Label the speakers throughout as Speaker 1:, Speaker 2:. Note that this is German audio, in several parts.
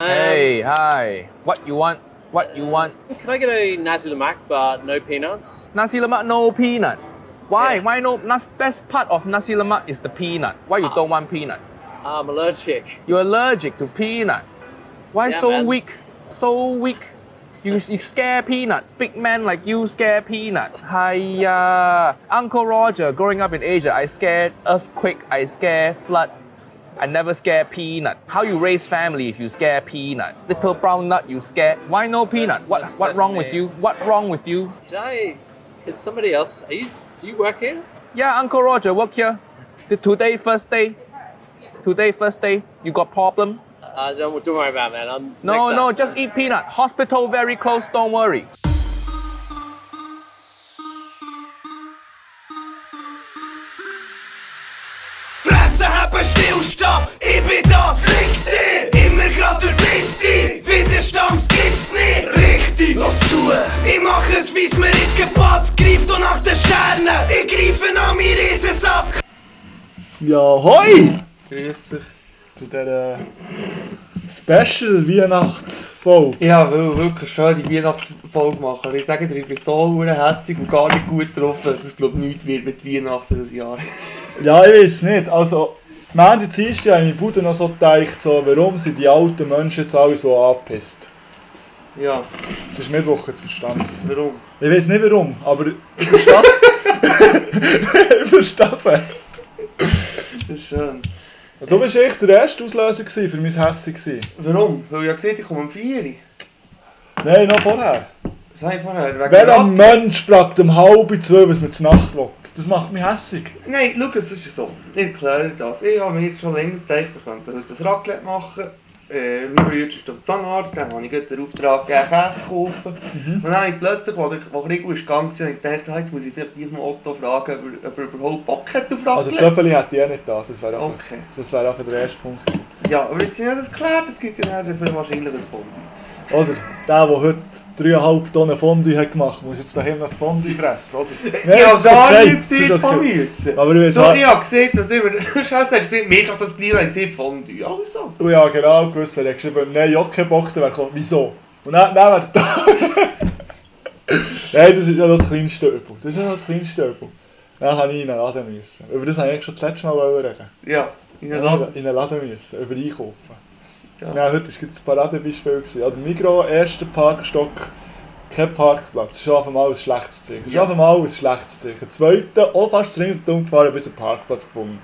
Speaker 1: Hey, hi. What you want? What you want?
Speaker 2: Can I get a nasi lemak but no peanuts?
Speaker 1: Nasi lemak, no peanut. Why?
Speaker 2: Yeah.
Speaker 1: Why no? Nas- best part of nasi lemak is the peanut. Why you don't want peanut?
Speaker 2: I'm allergic.
Speaker 1: You're allergic to peanut. Why
Speaker 2: Yeah,
Speaker 1: so
Speaker 2: man.
Speaker 1: weak? So weak. You, you scare peanut. Big man like you scare peanut. Hiya. Uncle Roger, growing up in Asia, I scared earthquake, I scare flood. I never scare peanut. How you raise family if you scare peanut? Little brown nut you scare. Why no peanut? What what wrong with you? What wrong with you?
Speaker 2: Can I? Can somebody else? Are you? Do you work here?
Speaker 1: Yeah, Uncle Roger, work here. The- Today first day. Today first day. You got problem?
Speaker 2: Uh, don't, don't worry about it, man. I'm
Speaker 1: No,
Speaker 2: next
Speaker 1: no,
Speaker 2: up.
Speaker 1: just eat peanut. Hospital very close, don't worry.
Speaker 3: Fresse haben, Stillstand, ich bin da, fick dich! Immer grad durch die Mitte, Widerstand gibt's nicht! Richtig, los zu! Ich mach es, wie's mir jetzt gepasst, greif doch nach den Sternen, ich greife nach meinen Riesensack!
Speaker 4: Ja, hoi!
Speaker 5: Grüß dich.
Speaker 4: Zu dieser Special Weihnachtsfolge.
Speaker 5: Ja, will wirklich schön die Weihnachtsfolge machen. Ich sage dir, ich bin so hure hässig und gar nicht gut drauf, dass es glaube nichts wird mit Weihnachten dieses Jahr.
Speaker 4: Ja, ich weiß nicht. Also, meine Dienst habe ich in Bude noch so gedacht, so, warum sind die alten Menschen jetzt alle so angepisst.
Speaker 5: Ja,
Speaker 4: Es ist Mittwoch, jetzt verstand's.
Speaker 5: warum?
Speaker 4: Ich weiß nicht warum, aber ich verstehe es. ich verstehe es.
Speaker 5: Das ist schön.
Speaker 4: Und Du bist echt der erste Auslöser gewesen für mein hässig sein.
Speaker 5: Warum? Weil ich ja gesehen ich komme um 4 Uhr.
Speaker 4: Nein, noch vorher.
Speaker 5: Was habe ich vorher? Wegen
Speaker 4: Wer
Speaker 5: Ratten?
Speaker 4: am Mensch fragt um halb zwei, was man zur Nacht will, das macht mich hässig.
Speaker 5: Nein, schau, es ist ja so. Ich erkläre dir das. Ich habe mir schon länger gedacht, wir könnten heute ein Raclette machen. Äh, mein Bruder ist am Zahnarzt, dann habe ich gerade den Auftrag gegeben, Käse zu kaufen. Und dann habe ich plötzlich, als ich- als Rico ist gegangen war, habe ich gedacht, ah, jetzt muss ich vielleicht gleich mal Otto fragen, ob er, ob er überhaupt Bock hat auf Raclette.
Speaker 4: Also, die Zöffeli hätte ich eh nicht da, das wäre auch,
Speaker 5: Okay.
Speaker 4: das wäre auch für den ersten Punkt. gewesen.
Speaker 5: Ja, aber jetzt ist ja das klar, das gibt ja dann viel wahrscheinlich ein Fondue.
Speaker 4: Oder der, der heute 3,5 Tonnen Fondue hat gemacht muss jetzt daheim noch das Fondue fressen, oder? Nein,
Speaker 5: Ich
Speaker 4: das
Speaker 5: habe
Speaker 4: ist
Speaker 5: gar
Speaker 4: okay,
Speaker 5: nichts
Speaker 4: das ist
Speaker 5: gesehen von
Speaker 4: okay.
Speaker 5: müssen.
Speaker 4: Aber ich weiß
Speaker 5: So,
Speaker 4: halt-
Speaker 5: ich habe gesehen, was immer... Scheiße, hast du gesehen, mir doch das gleiche, ich habe gesehen, Fondue. Also.
Speaker 4: Und ja, genau, gewusst, wenn er geschrieben hat, nein, ich hab keinen Bock, dann wäre gekommen, wieso? Und dann, dann wäre da. nein, das ist ja das kleinste Übel. Das ist ja das kleinste Übel. Dann habe ich ihn in einen Laden müssen. Über das habe ich eigentlich schon das letzte Mal wollen reden.
Speaker 5: Ja, in der
Speaker 4: In
Speaker 5: Lade.
Speaker 4: einen Laden müssen, über Einkaufen.
Speaker 5: Ja.
Speaker 4: Nein, heute war es ein Paradebeispiel. gewesen. An der Migros, erster Parkstock, kein Parkplatz. Das ist schon auf einmal ein schlechtes Zeichen. Das ist
Speaker 5: Ja.
Speaker 4: auf einmal ein schlechtes Zeichen. Zweiter, auch fast zu ringsum gefahren, bis einen Parkplatz gefunden.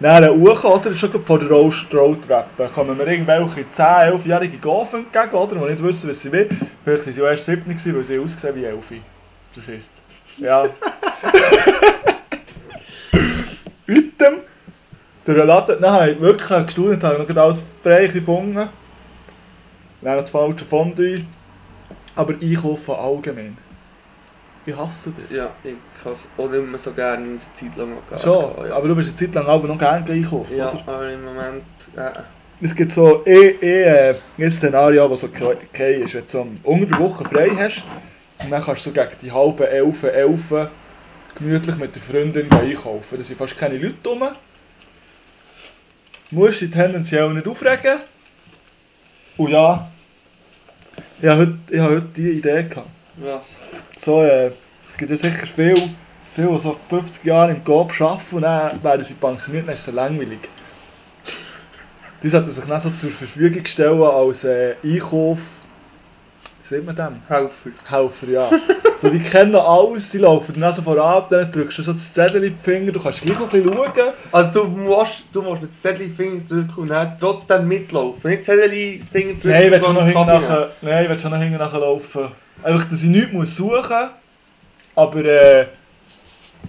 Speaker 4: Dann eine Uche, oder? Schon gerade vor der Roll- Rolltreppe. Kommen mir irgendwelche 10, 11-jährige Golfen entgegen, oder? Die nicht wissen, was sie will. Vielleicht waren sie auch erst 7 gewesen, weil sie ausgesehen wie 11. Das ist Ja. Mit dem durch den Laden, dann habe ich wirklich gestaunt, habe noch gerade alles frei gefunden. Dann noch das falsche Fondue. Aber einkaufen allgemein. Ich hasse das.
Speaker 5: Ja, ich habe es auch nicht mehr so gerne in unserer Zeit lang gehabt.
Speaker 4: So,
Speaker 5: ja.
Speaker 4: aber du bist eine Zeit lang aber noch gerne einkaufen,
Speaker 5: Ja,
Speaker 4: oder?
Speaker 5: aber im Moment... Äh,
Speaker 4: Es gibt so eh, eh, äh, ein Szenario, das so ke- okay ist. Wenn du so um unter der Woche frei hast, und dann kannst du so gegen die halben Elfen, Elfen gemütlich mit der Freundin gehen einkaufen. Da sind fast keine Leute rum. Musst dich tendenziell nicht aufregen. Und ja, ich habe heute, ich habe heute diese Idee gehabt.
Speaker 5: was?
Speaker 4: So, äh, es gibt ja sicher viele, viele die so 50 Jahre im Coop arbeiten und dann werden sie pensioniert, dann ist es langweilig. Die sollten sich dann so zur Verfügung stellen als äh, Einkauf. Wie sieht man dem?
Speaker 5: Helfer.
Speaker 4: Helfer, ja. so, die kennen alles, die laufen dann so voran, dann drückst du so das Zettel in die Finger, du kannst gleich noch ein bisschen schauen.
Speaker 5: Also du musst, du musst mit Zettelfinger drücken und dann trotzdem mitlaufen. Nicht Zettelfinger drücken
Speaker 4: Nein, willst du
Speaker 5: und
Speaker 4: noch
Speaker 5: dann
Speaker 4: hinten
Speaker 5: Kaffee nehmen.
Speaker 4: nachher, nein, willst du noch hinten nachher laufen? Einfach, dass ich nichts muss suchen aber äh,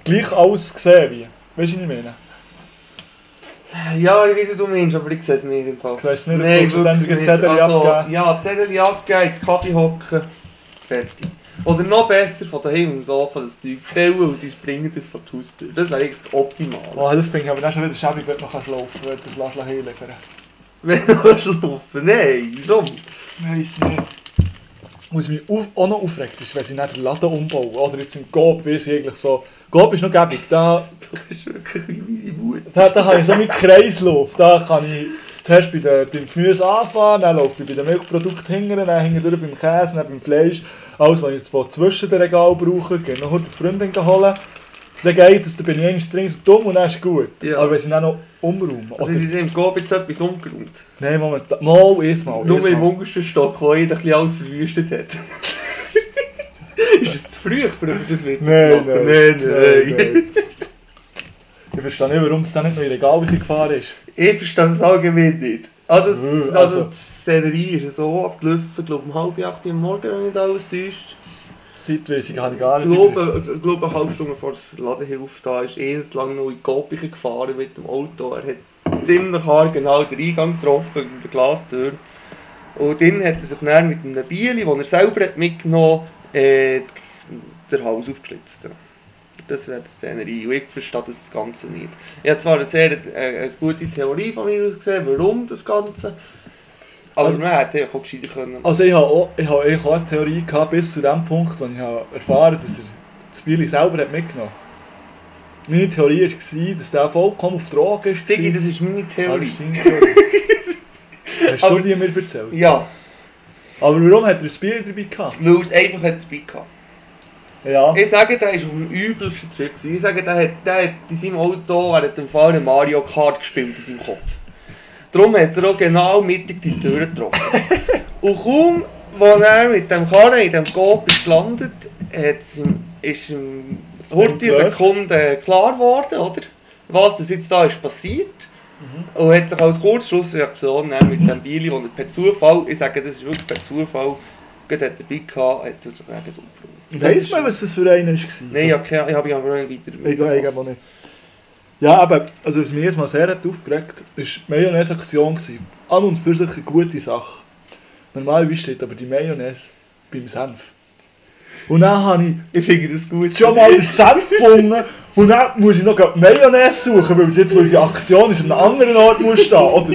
Speaker 4: gleich alles sehen wie. Weißt du, was ich meine?
Speaker 5: Ja, ich weiß, was du meinst, aber ich sehe es nicht im Fall.
Speaker 4: Du weißt nicht, ob du schlussendlich
Speaker 5: wirklich
Speaker 4: einen Zettel
Speaker 5: nicht. Also,
Speaker 4: abgeben.
Speaker 5: Ja, Zettel abgeben, ins Kaffee hocken, fertig. Oder noch besser, von daheim am Sofa das Zeug bestellen und sie springen das von der Haustür. Das wäre eigentlich das Optimale.
Speaker 4: Oh, das finde ich aber dann schon wieder schäbig, wenn du noch kannst laufen kannst, wenn du das Laschler hinliefern
Speaker 5: Wenn du schlafen nein, warum?
Speaker 4: Weiss nicht. Was mich auf, auch noch aufregt, ist, wenn sie nicht den Laden umbauen. Oder jetzt im Gob, wie sie eigentlich so... Gob ist noch gäbig, da,
Speaker 5: Du bist wirklich wie meine Mutter.
Speaker 4: da, da habe ich so meinen Kreislauf, da kann ich... zuerst bei der, beim Gemüse anfangen, dann laufe ich bei den Milchprodukten hinterher, dann hinterher beim Käse, dann beim Fleisch. Alles, was ich jetzt von zwischen den Regalen brauche, gehe noch die Freundin holen. Dann geht es, dann bin ich eigentlich dringend dumm und dann ist gut.
Speaker 5: Ja.
Speaker 4: Aber wenn sie dann noch umräumen.
Speaker 5: Also
Speaker 4: Oder,
Speaker 5: in dem Gob jetzt etwas umgeräumt.
Speaker 4: nein, Moment, mal, erstmal.
Speaker 5: Nur im
Speaker 4: erstmal.
Speaker 5: untersten Stock, wo jeder ein bisschen alles verwüstet hat. Ist es zu früh, für über das Witz
Speaker 4: Nein,
Speaker 5: zu
Speaker 4: nein,
Speaker 5: machen? Nein, nein.
Speaker 4: Ich verstehe nicht, warum es dann nicht noch in Regal gefahren ist.
Speaker 5: Ich verstehe das allgemein nicht. Also, es-
Speaker 4: Mhm,
Speaker 5: also
Speaker 4: also.
Speaker 5: die Szenerie ist so abgelaufen, glaube um halb acht Uhr am Morgen, wenn ich da alles täuscht.
Speaker 4: Zeitweise habe ich gar
Speaker 5: Ich
Speaker 4: nicht.
Speaker 5: glaube, ich glaube, eine halbe Stunde vor das Ladenhilfe da ist eh zu lange noch in die Kopie gefahren mit dem Auto. Er hat ziemlich hart genau den Eingang getroffen über die Glastür. Und dann hat er sich dann mit einem Bieli, den er selber hat mitgenommen hat, äh, den Hals aufgeschlitzt. Das wäre die Szenerie. Und ich verstehe das Ganze nicht. Ich habe zwar eine sehr äh, eine gute Theorie von mir aus gesehen, warum das Ganze. Aber
Speaker 4: Also-
Speaker 5: man hätte es einfach auch gescheiter können.
Speaker 4: Also ich habe auch, ich habe eigentlich auch eine Theorie gehabt, bis zu dem Punkt, wo ich habe erfahren habe, dass er das Bieli selber hat mitgenommen hat. Meine Theorie war, dass der vollkommen auf Drogen war.
Speaker 5: Digi, das ist meine
Speaker 4: Ah,
Speaker 5: Theorie.
Speaker 4: das ist deine Theorie. Hast du
Speaker 5: Aber-
Speaker 4: die mir erzählt?
Speaker 5: Ja.
Speaker 4: Aber warum hat er das Bieli dabei gehabt?
Speaker 5: Weil er es einfach hat dabei hatte.
Speaker 4: Ja,
Speaker 5: Ich sage, der war auf dem übelsten Trip. gewesen. Ich sage, der hat, der hat in seinem Auto während dem Fahren Mario Kart gespielt in seinem Kopf. Darum hat er auch genau mittig die Tür getroffen. Und kaum, als er mit dem Karren in dem Kopf ist gelandet hat's ihm, ist ihm Hurti eine
Speaker 4: gelöst.
Speaker 5: Sekunde klar geworden, oder? Was das jetzt da ist passiert.
Speaker 4: Mhm.
Speaker 5: Und hat sich als Kurzschlussreaktion dann mit dem Bieli, den er per Zufall, ich sage, das ist wirklich per Zufall, gerade hat er dabei gehabt, hat er sich dann gerade umgebracht.
Speaker 4: weiss man, was das für einer war?
Speaker 5: Nein, ich habe keine- ich habe mich aber noch nicht weiter.
Speaker 4: Ich glaube auch nicht. Ja, aber also was mich jetzt mal sehr hat aufgeregt ist, die Mayonnaise-Aktion war an und für sich eine gute Sache. Normalerweise steht aber die Mayonnaise beim Senf. Und dann habe ich
Speaker 5: Ich finde das gut.
Speaker 4: schon mal den Senf gefunden und dann muss ich noch gleich die Mayonnaise suchen, weil es jetzt, weil unsere Aktion ist, an einem anderen Ort muss stehen, oder?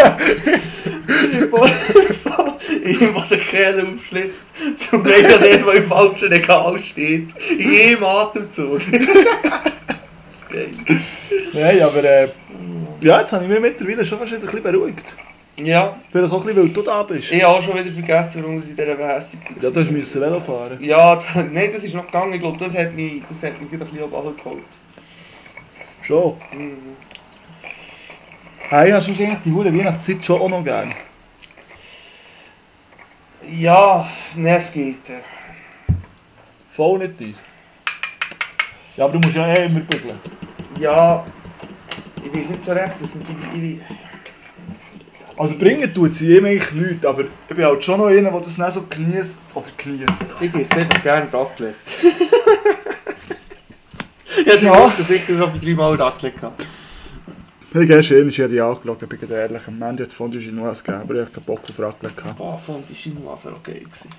Speaker 5: Ich also muss einen Kerl aufschlitzt, zum Beispiel der, der im falschen Regal steht. In jedem Atemzug. Das ist geil.
Speaker 4: Nein, aber äh, ja, jetzt habe ich mich mittlerweile schon fast wieder ein bisschen beruhigt.
Speaker 5: Ja,
Speaker 4: Vielleicht auch ein bisschen, weil du da bist.
Speaker 5: ich habe auch schon wieder vergessen, warum sie in dieser Behässung
Speaker 4: Ja, du hast müssen Velo fahren.
Speaker 5: Ja, da, nein, das ist noch gegangen. Ich glaube, das hat mich, das hat mich wieder ein bisschen auf Ball geholt.
Speaker 4: Schon. Hey, hast du eigentlich die hure Weihnachtszeit schon auch noch gern?
Speaker 5: Ja, nein, es geht. äh.
Speaker 4: Voll nicht uns. Ja, aber du musst ja eh immer bügeln.
Speaker 5: Ja, ich weiß nicht so recht, was mit dem.
Speaker 4: Also bringen tut sie immer eigentlich Leute, aber ich bin halt schon noch einer, der das nicht so genießt oder genießt.
Speaker 5: Ich esse einfach gerne Raclette. ja, die
Speaker 4: Ja.
Speaker 5: Woche sicher schon für dreimal Raclette gehabt.
Speaker 4: Ich gehe schön, ich habe dich angeschaut, ich bin gerade ehrlich. Am Ende hat es von dir Chinoise gegeben, aber ich habe keinen Bock auf Raclette gehabt.
Speaker 5: Boah, von die Chinoise war auch geil. gewesen.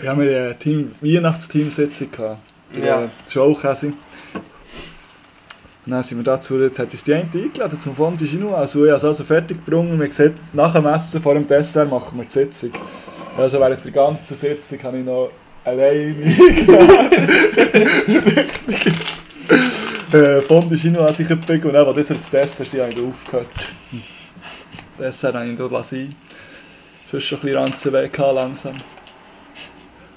Speaker 4: Ich habe mir eine Team Weihnachtsteamsitzung gehabt.
Speaker 5: Ja.
Speaker 4: Ja. Showkäse. Und dann sind wir dazu, jetzt hat uns die eine eingeladen zum Fondue Chinois. Also ich habe es also fertig gebracht. Wir sehen, nach dem Essen, vor dem Dessert, machen wir die Sitzung. Also während der ganzen Sitzung habe ich noch alleine äh, Fondue Chinois sicher gepickt und dann, als das das Dessert sein, habe ich da aufgehört. Dessert habe ich dort lassen. Sonst schon ein bisschen Ranzen weg gehabt, langsam.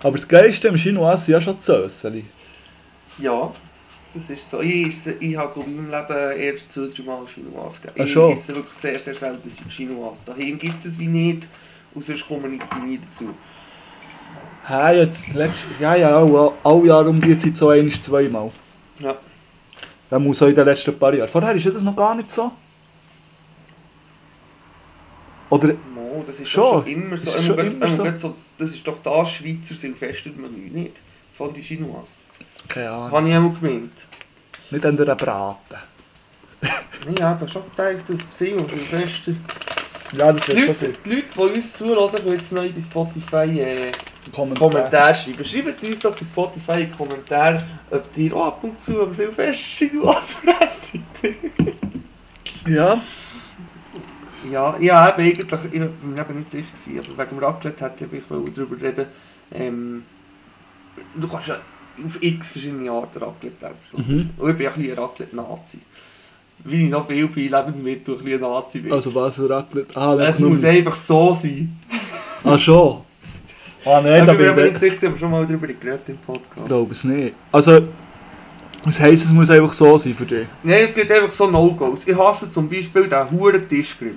Speaker 4: Aber das Geilste im Chinois sind ja schon die Söseli.
Speaker 5: Ja, das ist so. Ich, esse, ich habe glaub, in meinem Leben erst zwei, drei Mal Chinoise gegessen.
Speaker 4: Ach schon.
Speaker 5: Ich esse wirklich sehr, sehr selten Chinoise. Daheim gibt es wie nicht und sonst komme ich nie dazu.
Speaker 4: Hey, jetzt letztes ja, ja, alle, alle Jahre um die Zeit so ein, zweimal.
Speaker 5: Ja.
Speaker 4: Dann muss auch in den letzten paar Jahren. Vorher ist ja das noch gar nicht so. Oder
Speaker 5: Mo, das ist
Speaker 4: Schon?
Speaker 5: doch schon immer so.
Speaker 4: Ist es schon
Speaker 5: Immer
Speaker 4: immer
Speaker 5: grad-
Speaker 4: so?
Speaker 5: immer grad so- Das ist doch das Schweizer Silvestermenü, nicht? Von die Chinoise.
Speaker 4: keine Ahnung.
Speaker 5: Habe ich auch gemeint.
Speaker 4: Nicht an der Braten.
Speaker 5: Ich habe schon gedacht, dass viel am Silvester...
Speaker 4: Ja, das
Speaker 5: Die
Speaker 4: wird schon
Speaker 5: Leute,
Speaker 4: sein.
Speaker 5: die Leute, die uns zuhören, können jetzt neu bei Spotify äh,
Speaker 4: Kommentar.
Speaker 5: Kommentare schreiben. Schreibt uns doch bei Spotify einen Kommentar, ob ihr auch ab und zu am Silvester du was fressen.
Speaker 4: Ja.
Speaker 5: ja, ja, eben, eigentlich, ich war mir eben nicht sicher, gewesen, aber wegen dem Raclette hätte ich wollte darüber reden. Ähm, du kannst ja auf x verschiedene Arten Raclette essen.
Speaker 4: Mhm.
Speaker 5: Und ich bin ja ein bisschen ein Raclette-Nazi. wie ich noch viel bei Lebensmitteln ein bisschen ein Nazi bin.
Speaker 4: Also was, Raclette? Ah,
Speaker 5: es
Speaker 4: Lecknummel.
Speaker 5: muss einfach so sein.
Speaker 4: Ah, schon? Ah, nein, da
Speaker 5: ich
Speaker 4: bin ich
Speaker 5: bin mir
Speaker 4: nicht.
Speaker 5: nicht sicher, ob wir schon mal darüber geredet im Podcast.
Speaker 4: Ich glaube es nicht. Also, das heisst, es muss einfach so sein für dich.
Speaker 5: Nein, es gibt einfach so No-Gos. Ich hasse zum Beispiel den huren Tischgrill.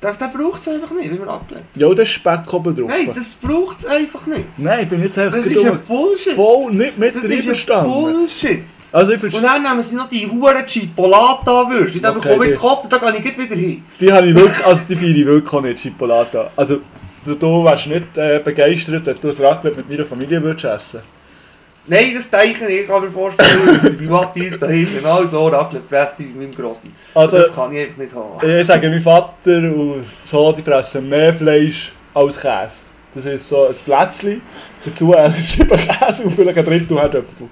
Speaker 5: Den, den braucht es einfach nicht, wie wir abgelegt
Speaker 4: Ja, der Speck oben drauf.
Speaker 5: Nein, das braucht es einfach nicht.
Speaker 4: Nein, ich bin jetzt einfach
Speaker 5: Das ist
Speaker 4: gerade
Speaker 5: ein Bullshit.
Speaker 4: voll nicht mit
Speaker 5: Das ist ein
Speaker 4: einverstanden.
Speaker 5: Bullshit.
Speaker 4: Also ich
Speaker 5: Und
Speaker 4: verstehe,
Speaker 5: dann nehmen sie noch die huren Chipolata-Würste. Da
Speaker 4: Okay,
Speaker 5: bekomme ich jetzt
Speaker 4: die-
Speaker 5: Kotzen, da gehe ich gleich wieder hin.
Speaker 4: die habe ich wirklich, also die feiere ich wirklich auch nicht, Chipolata. Also, du, du wärst nicht äh, begeistert, wenn du ein Raclette mit meiner Familie würdest essen.
Speaker 5: Nein, das Zeichen, ich kann mir vorstellen, dass die Matthias da hinten genau so Raclette-Fresse wie meinem Grossi.
Speaker 4: Also-
Speaker 5: Also, das kann ich einfach nicht haben.
Speaker 4: Ich sage, mein Vater und so, die fressen mehr Fleisch als Käse. Das ist so ein Plätzchen, dazu ein Scheibe Käse und vielleicht ein Drittel Herdöpfel.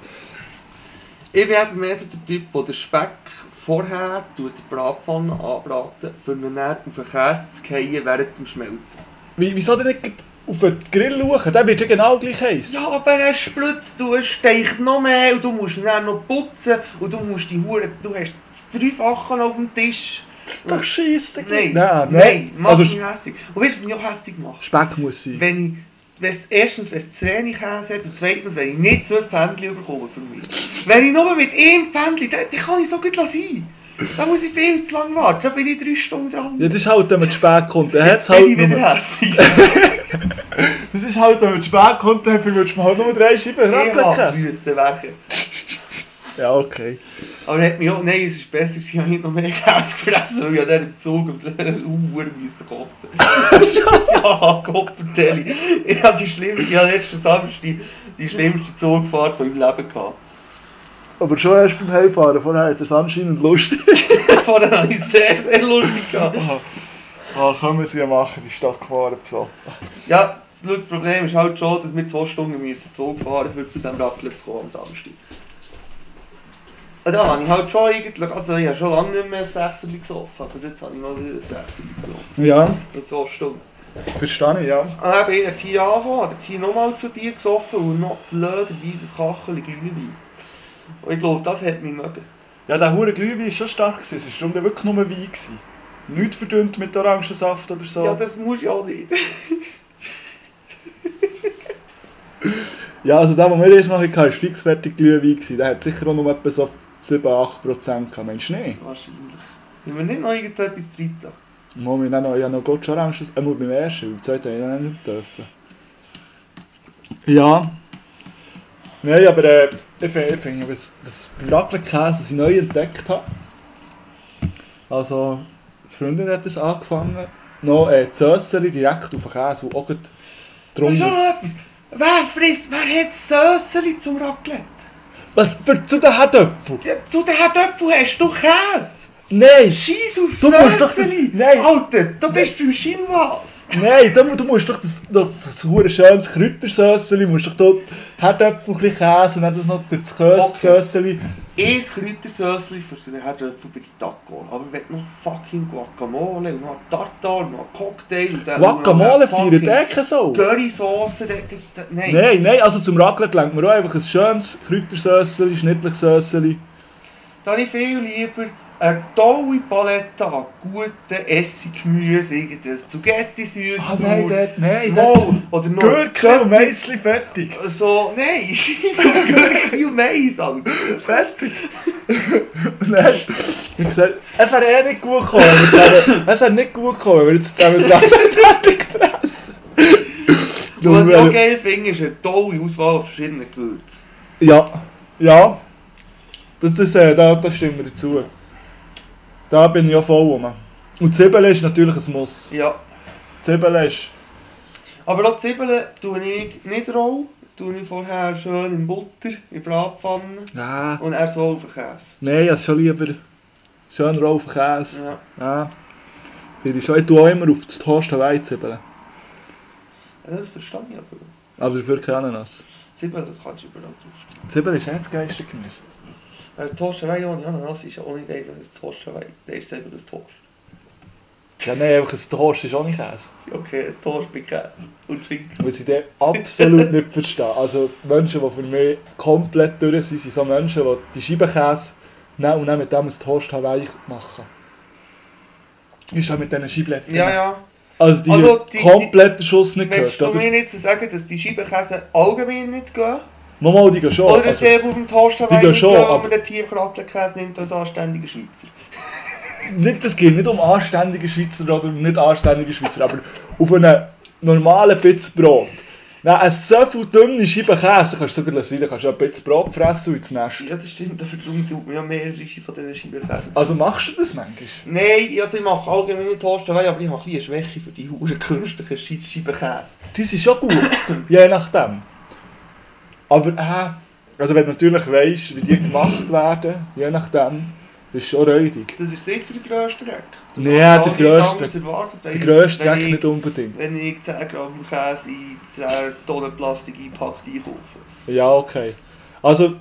Speaker 5: Ich bin eben mehr so der Typ, der den Speck vorher tut die Bratpfanne anbraten, für ihn dann auf den Käse zu fallen während dem Schmelzen.
Speaker 4: Wie, wieso denn nicht gleich auf den Grill schauen? Der wird ja genau gleich heiß.
Speaker 5: Ja, aber er spritzt, du steigt noch mehr und du musst ihn dann noch putzen und du musst die Hure, du hast das Dreifache noch auf dem Tisch.
Speaker 4: Doch scheisse.
Speaker 5: Äh, Nein,
Speaker 4: nein.
Speaker 5: nein, mach
Speaker 4: also
Speaker 5: mich hässlich. Und weißt du, was mich auch hässlich macht?
Speaker 4: Speck muss sein.
Speaker 5: wenn ich, wenn's, erstens, wenn es zu wenig Käse hat und zweitens, wenn ich nicht so ein Pfändchen bekomme für mich. Wenn ich nur mit ihm Pfändchen, dann, dann kann ich so gut sein. Da muss ich viel zu lange warten, da bin ich drei Stunden dran.
Speaker 4: Ja, das ist halt, wenn man zu spät kommt. Dann hat's
Speaker 5: Jetzt
Speaker 4: halt
Speaker 5: bin ich
Speaker 4: nur-
Speaker 5: wieder hässlich.
Speaker 4: Das ist halt, wenn man zu spät kommt, dann würdest du mal nur drei Scheiben
Speaker 5: Ich
Speaker 4: Raclette
Speaker 5: müsste weg.
Speaker 4: Ja, okay.
Speaker 5: Aber er hat mich auch, nein, es ist besser, gewesen, ich habe nicht noch mehr Käse gefressen, weil ich an diesem Zug auf der Uhr musste kotzen. ja, Kopfentelli. Ich habe die schlimmste, ich habe letzten Samstag die, die schlimmste Zugfahrt von meinem Leben gehabt.
Speaker 4: Aber schon erst beim Heimfahren, vorher hat es anscheinend lustig.
Speaker 5: Vorher habe ich sehr, sehr lustig gehabt.
Speaker 4: Ah, können wir es ja machen, die Stadt gefahren so.
Speaker 5: Ja, das- schau, das Problem ist halt schon, dass wir zwei Stunden müssen Zug fahren müssen, um zu diesem Raclette zu kommen am Samstag. Und da habe ich halt schon eigentlich, also ich habe schon lange nicht mehr ein Sechserli gesoffen, aber jetzt habe ich mal wieder ein Sechserli gesoffen.
Speaker 4: Ja,
Speaker 5: In zwei Stunden.
Speaker 4: verstehe ich, ja.
Speaker 5: Und dann bin ich hier angekommen, habe hier nochmal zu Bier gesoffen und noch blöderweise ein Kacheli Glühwein. Und ich glaube, das hat mich mögen.
Speaker 4: Ja, der hure Glühwein war schon stark. gewesen. Es war darum dann wirklich nur Wein. gewesen. Nicht verdünnt mit Orangensaft oder so.
Speaker 5: Ja, das muss ich auch nicht.
Speaker 4: Ja, also der, den wir jetzt machen, war fix fertig Glühwein. gewesen. Der hat sicher auch nur etwa so 7-8% gehabt. Mensch, nein.
Speaker 5: Wahrscheinlich. Haben wir nicht noch irgendetwas drin?
Speaker 4: Moment, ich habe noch Gotcha Orangen. Er muss beim ersten, beim zweiten habe ich noch nicht dürfen. Ja. Nein, aber äh, ich finde, ich finde was, was beim Raclette-Käse, was ich neu entdeckt habe. Also, die Freundin hat das angefangen. Noch äh, die Sösseli direkt auf den Käse und auch gleich
Speaker 5: Das ist
Speaker 4: drunter.
Speaker 5: auch noch etwas. Wer frisst, wer hat Söseli zum Raclette?
Speaker 4: Was? Für, zu den Herdöpfeln?
Speaker 5: Ja, Zu den Herdöpfeln hast du Käse.
Speaker 4: Nein!
Speaker 5: Scheiß auf
Speaker 4: Du musst doch
Speaker 5: Söseli.
Speaker 4: das- nein.
Speaker 5: Alter, du bist beim Chinois.
Speaker 4: Nein, da, mu- du musst doch das, doch das hure schönes Kräutersösseli, musst doch dort Herdöpfel, ein bisschen Käse und dann das noch durch das Kässösseli.
Speaker 5: Ein Kräutersösli für so einen Herdöpfel bei den Taco. Aber wenn noch fucking Guacamole und noch Tartar und noch Cocktail und dann
Speaker 4: Guacamole feiert
Speaker 5: fucking
Speaker 4: eh keine Sau.
Speaker 5: Currysoße, da- da- da- nein.
Speaker 4: Nein, nein, also zum Raclette lenkt man auch einfach ein schönes Kräutersösseli, schnittliches Sösseli.
Speaker 5: Da habe ich viel lieber eine tolle Palette an guten Essiggemüse, irgendein Zugetti süß.
Speaker 4: Ah, dort, nein,
Speaker 5: Mal, oder noch
Speaker 4: Gürkle und Meissli fertig.
Speaker 5: So, nein, scheiß auf Gürkli und Mais, Alter.
Speaker 4: Fertig. nein, wie gesagt, es wäre eh nicht gut gekommen, wenn wir zusammen- es wäre nicht gut gekommen, wenn wir jetzt zusammen das Raclette hätten gefressen.
Speaker 5: Was ich auch geil finde, ist eine tolle Auswahl an verschiedenen Gewürzen.
Speaker 4: Ja, ja. Das, das, äh, da, da stimmen wir dazu. Da bin ich ja voll rum. Und Zwiebeln ist natürlich ein Muss.
Speaker 5: Ja.
Speaker 4: Zwiebeln ist...
Speaker 5: Aber auch Zwiebeln tue ich nicht roh, tue ich vorher schön in Butter, in Bratpfanne
Speaker 4: Ja.
Speaker 5: und erst so auf den Käse.
Speaker 4: Nein, also schon lieber schön raufen Käse.
Speaker 5: Ja.
Speaker 4: Ja. Finde ich schon. Ich tue auch immer auf das Toast Hawaii Zwiebeln.
Speaker 5: Das verstehe ich aber.
Speaker 4: Aber dafür keine Ananas.
Speaker 5: Zwiebeln, das kannst du überall drauf.
Speaker 4: Zwiebeln ist nicht das geilste Gemüse.
Speaker 5: Ein Toasterei ohne Ananas ist ja auch nicht einfach ein Toasterei. Der ist selber ein Toast.
Speaker 4: Ja, nein, einfach ein Toast ist auch nicht Käse.
Speaker 5: Okay, ein Toast mit Käse und Schinken.
Speaker 4: Was ich dann absolut nicht verstehe. Also Menschen, die für mich komplett durch sind, sind so Menschen, die die Scheibenkäse Nein, und dann mit dem aus Toast weich machen. Ist ja mit diesen Scheibletten.
Speaker 5: Ja, ja.
Speaker 4: Also die
Speaker 5: Also die-
Speaker 4: kompletten Schuss nicht
Speaker 5: Willst
Speaker 4: gehört,
Speaker 5: du mir
Speaker 4: oder?
Speaker 5: jetzt sagen, dass die Scheibenkäse allgemein nicht gehen?
Speaker 4: Nochmal, die gehen schon.
Speaker 5: Oder
Speaker 4: also,
Speaker 5: sehr auf dem Toast
Speaker 4: die gehen
Speaker 5: nicht
Speaker 4: schon,
Speaker 5: gehen, wenn
Speaker 4: aber-
Speaker 5: man den Tiefkrattelkäse nimmt als anständiger Schweizer?
Speaker 4: nicht, es geht nicht um anständige Schweizer oder um nicht anständige Schweizer, aber auf einem normalen Bitz Brot. Nein, eine so viel dünne Scheibe Käse, da kannst du sogar sein, da kannst du ein Bitz Brot fressen und ins Nest.
Speaker 5: Ja, das stimmt, aber darum tut mir ja mehrere Scheiben von diesen Scheibenkäse.
Speaker 4: Also machst du das manchmal?
Speaker 5: Nein, also ich mache allgemein nicht Toast aber ich habe ein bisschen eine Schwäche für die huren künstlichen scheiß Scheibenkäse.
Speaker 4: Das ist schon gut, je nachdem. Aber, äh, also wenn du natürlich weißt, wie die gemacht werden, je nachdem, ist schon räudig.
Speaker 5: Das ist sicher der grösste Dreck. Das
Speaker 4: Nein,
Speaker 5: habe ich
Speaker 4: der
Speaker 5: gar
Speaker 4: grösste-
Speaker 5: nicht anders Erwartet,
Speaker 4: Der grösste
Speaker 5: Wenn
Speaker 4: Dreck
Speaker 5: ich-
Speaker 4: nicht unbedingt.
Speaker 5: Wenn ich 10 Gramm Käse in 10 Tonnen Plastik eingepackt einkaufe.
Speaker 4: Ja, okay. Also,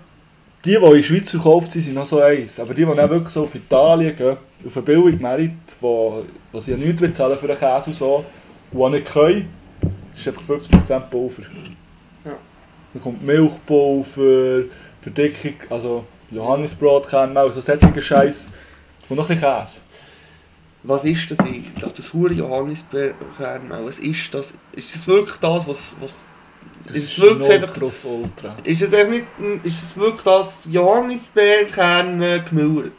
Speaker 4: die, die in der Schweiz verkauft sind, sind noch so eins. Aber die, die dann wirklich so auf Italien gehen, auf einen billigen Merit, wo, wo sie ja nichts bezahlen für den Käse und so, und auch nicht können, das ist einfach 50% Pulver.
Speaker 5: Ja.
Speaker 4: Dann kommt Milchpulver, Verdickung, also Johannisbrotkerne, also solche Scheiß und noch ein bisschen Käse.
Speaker 5: Was ist das eigentlich? Das hure Johannisbeerkernmehl, was ist das? Ist das wirklich das, was... was
Speaker 4: Das
Speaker 5: ist es wirklich einfach...
Speaker 4: Nonplus Ultra.
Speaker 5: Ist das einfach nicht... Ist das wirklich das Johannisbeerkern äh, gemauert?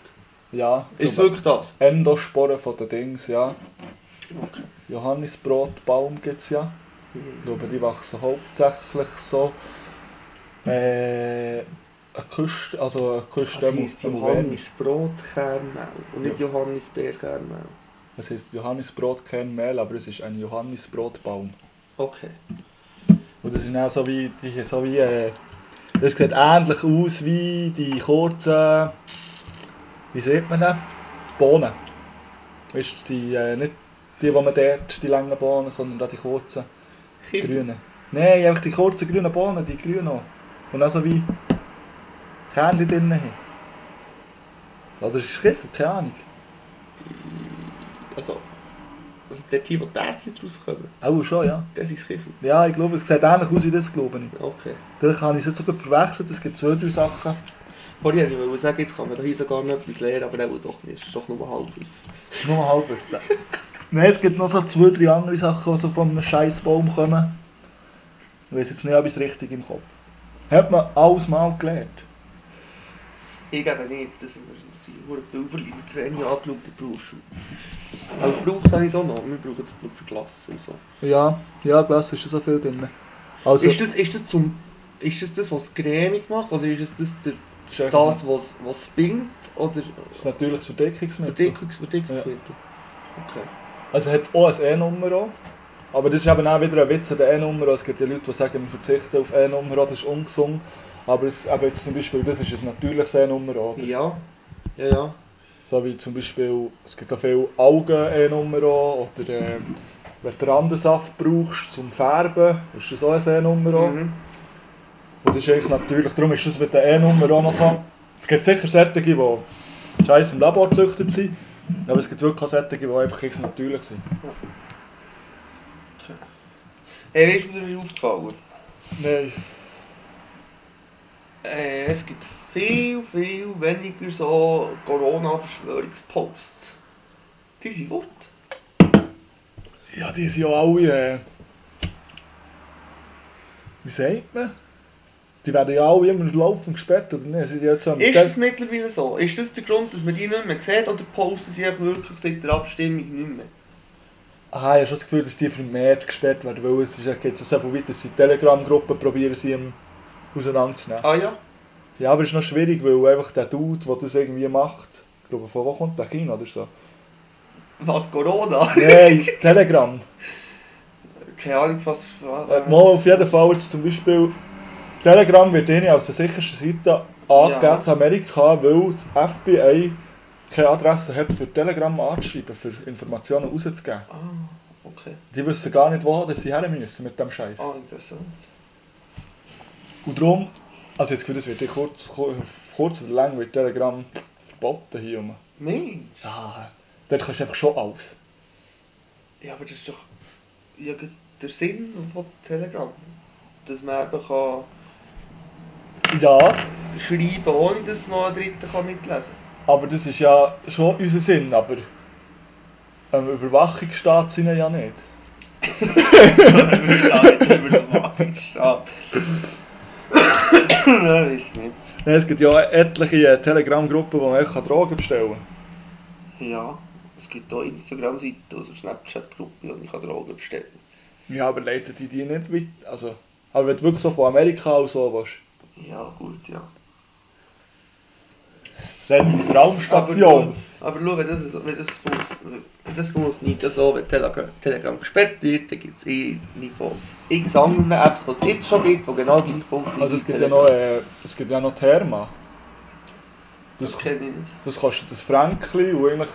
Speaker 4: Ja,
Speaker 5: Ist es wirklich das?
Speaker 4: Endosporen von den Dings, ja. Johannisbrotbaum gibt es ja. Ich glaube, die wachsen hauptsächlich so. Äh, eine Küste, also eine Küste
Speaker 5: Das
Speaker 4: am-
Speaker 5: heisst
Speaker 4: am Werner.
Speaker 5: Johannisbrotkernmehl und nicht Johannisbeerkernmehl.
Speaker 4: Es heisst Johannisbrot kein Mehl, aber es ist ein Johannisbrotbaum.
Speaker 5: Okay.
Speaker 4: Und das sind auch so wie. Die, so wie äh, das sieht ähnlich aus wie die kurzen. Wie sieht man das? Bohnen. Weißt du, die, äh, nicht die, die man dort, die langen Bohnen, sondern auch die kurzen. Grüne. Nein, einfach die kurzen grünen Bohnen, die grünen auch. Und auch so wie Kernchen drin haben. Oder ist es Kiffer? Keine Ahnung.
Speaker 5: Also... Also der Typ, der da jetzt rauskommt,
Speaker 4: Auch schon, ja.
Speaker 5: das ist Kiffel.
Speaker 4: Ja, ich glaube, es sieht ähnlich aus wie das, glaube ich.
Speaker 5: Okay.
Speaker 4: Da kann ich es jetzt sogar verwechseln, es gibt zwei, drei Sachen.
Speaker 5: Vorhin wollte ich wollte sagen, jetzt kann man hier sogar noch etwas lernen, aber auch doch nicht. Es ist doch nur halb aus.
Speaker 4: Das ist nur ein halbes. Nein, es gibt noch so zwei, drei andere Sachen, die so von einem scheiß Baum kommen. Ich weiß jetzt nicht, ob ich es richtig im Kopf Hat man alles mal gelernt.
Speaker 5: Ich gebe nicht, das sind wir die hohen Pulverleute zu wenig angeschaut in der Berufsschule. Aber gebraucht Also, habe ich es auch noch, wir brauchen es nur für Klassen und so.
Speaker 4: Ja, ja, gelassen ist da so viel drin. Also,
Speaker 5: ist, das, ist, das zum, ist das das, was das Cremig macht, oder ist es das, der,
Speaker 4: das ist einfach-
Speaker 5: das was, was bindet, oder
Speaker 4: Das ist natürlich das Verdeckungsmittel.
Speaker 5: Verdickungs Verdickungsmittel? Okay.
Speaker 4: Also hat auch ein E-Nummer. auch. Aber das ist eben auch wieder ein Witz an der E-Nummer. Es gibt ja Leute, die sagen, wir verzichten auf E-Nummer, das ist ungesund. Aber es, eben jetzt zum Beispiel, das ist ein natürliches E-Nummer. oder?
Speaker 5: Ja, ja, ja.
Speaker 4: So wie zum Beispiel, es gibt auch viele Algen-E-Nummer. auch, Oder äh, wenn du Randensaft brauchst zum Färben, ist das auch ein E-Nummer. auch.
Speaker 5: Mhm.
Speaker 4: Und das ist eigentlich natürlich, darum ist das mit der E-Nummer auch noch so. Es gibt sicher solche, die scheiße im Labor gezüchtet sind. Aber es gibt wirklich auch solche, die einfach echt natürlich sind.
Speaker 5: Hey, weißt du, mir dabei aufgefallen?
Speaker 4: Nein.
Speaker 5: Äh, es gibt viel, viel weniger so Corona-Verschwörungsposts. Die sind gut.
Speaker 4: Ja, die sind ja alle. Äh, wie sagt man? Die werden ja alle immer laufend gesperrt, oder nicht? Sie sind jetzt so am
Speaker 5: Ist
Speaker 4: Test-
Speaker 5: das mittlerweile so? Ist das der Grund, dass man die nicht mehr sieht oder posten sie einfach wirklich seit der Abstimmung nicht mehr?
Speaker 4: Aha, ich habe schon das Gefühl, dass die vermehrt gesperrt werden, weil es ist, geht so sehr viel weiter, dass sie Telegram-Gruppen probieren, sie ähm, auseinanderzunehmen.
Speaker 5: Ah ja?
Speaker 4: Ja, aber es ist noch schwierig, weil einfach der Dude, der das irgendwie macht, ich glaube, von wo kommt der? China oder so?
Speaker 5: Was, Corona?
Speaker 4: Nein, Telegram.
Speaker 5: Keine Ahnung, was...
Speaker 4: Äh, mal auf jeden Fall jetzt zum Beispiel Telegram wird ihnen als der sichersten Seite angegeben
Speaker 5: Ja.
Speaker 4: zu Amerika, weil das FBI keine Adresse hat für Telegram anzuschreiben, für Informationen rauszugeben.
Speaker 5: Ah, okay.
Speaker 4: Die wissen gar nicht, wo dass sie her müssen mit dem Scheiß.
Speaker 5: Ah, interessant.
Speaker 4: Und darum, also jetzt das wird in kurz, kur- auf kurz oder lang wird Telegram verboten hier rum.
Speaker 5: Nein.
Speaker 4: Ja, dort kannst du einfach schon alles.
Speaker 5: Ja, aber das ist doch... Ja, gut, der Sinn von Telegram. Dass man eben kann
Speaker 4: Ja,
Speaker 5: schreiben kann, ohne dass noch ein Dritter kann mitlesen kann.
Speaker 4: Aber das ist ja schon unser Sinn, aber ein Überwachungsstaat sind wir ja nicht.
Speaker 5: Überwachungsstaat. Nein, ich weiß nicht.
Speaker 4: Nein, Es gibt ja etliche äh, Telegram-Gruppen, wo man einfach Drogen bestellen kann.
Speaker 5: Ja, es gibt auch Instagram-Seiten oder Snapchat-Gruppen und ich kann Drogen bestellen.
Speaker 4: Ja, aber leiten die die nicht mit? Also, aber wenn du wirklich so von Amerika aus so was.
Speaker 5: Ja, gut, ja.
Speaker 4: Sendis Raumstation.
Speaker 5: Aber schau, wenn das, wenn das, fun- wenn das funktioniert ja so, wenn Telegram, Telegram gesperrt wird, dann gibt es irgendwie von x anderen Apps, die es jetzt schon gibt, die genau gleich funktionieren.
Speaker 4: Also es
Speaker 5: wie
Speaker 4: gibt ja
Speaker 5: Telegram.
Speaker 4: noch, äh, es gibt ja noch Therma. Das,
Speaker 5: Das kenne ich nicht.
Speaker 4: das kostet das Frankli und eigentlich...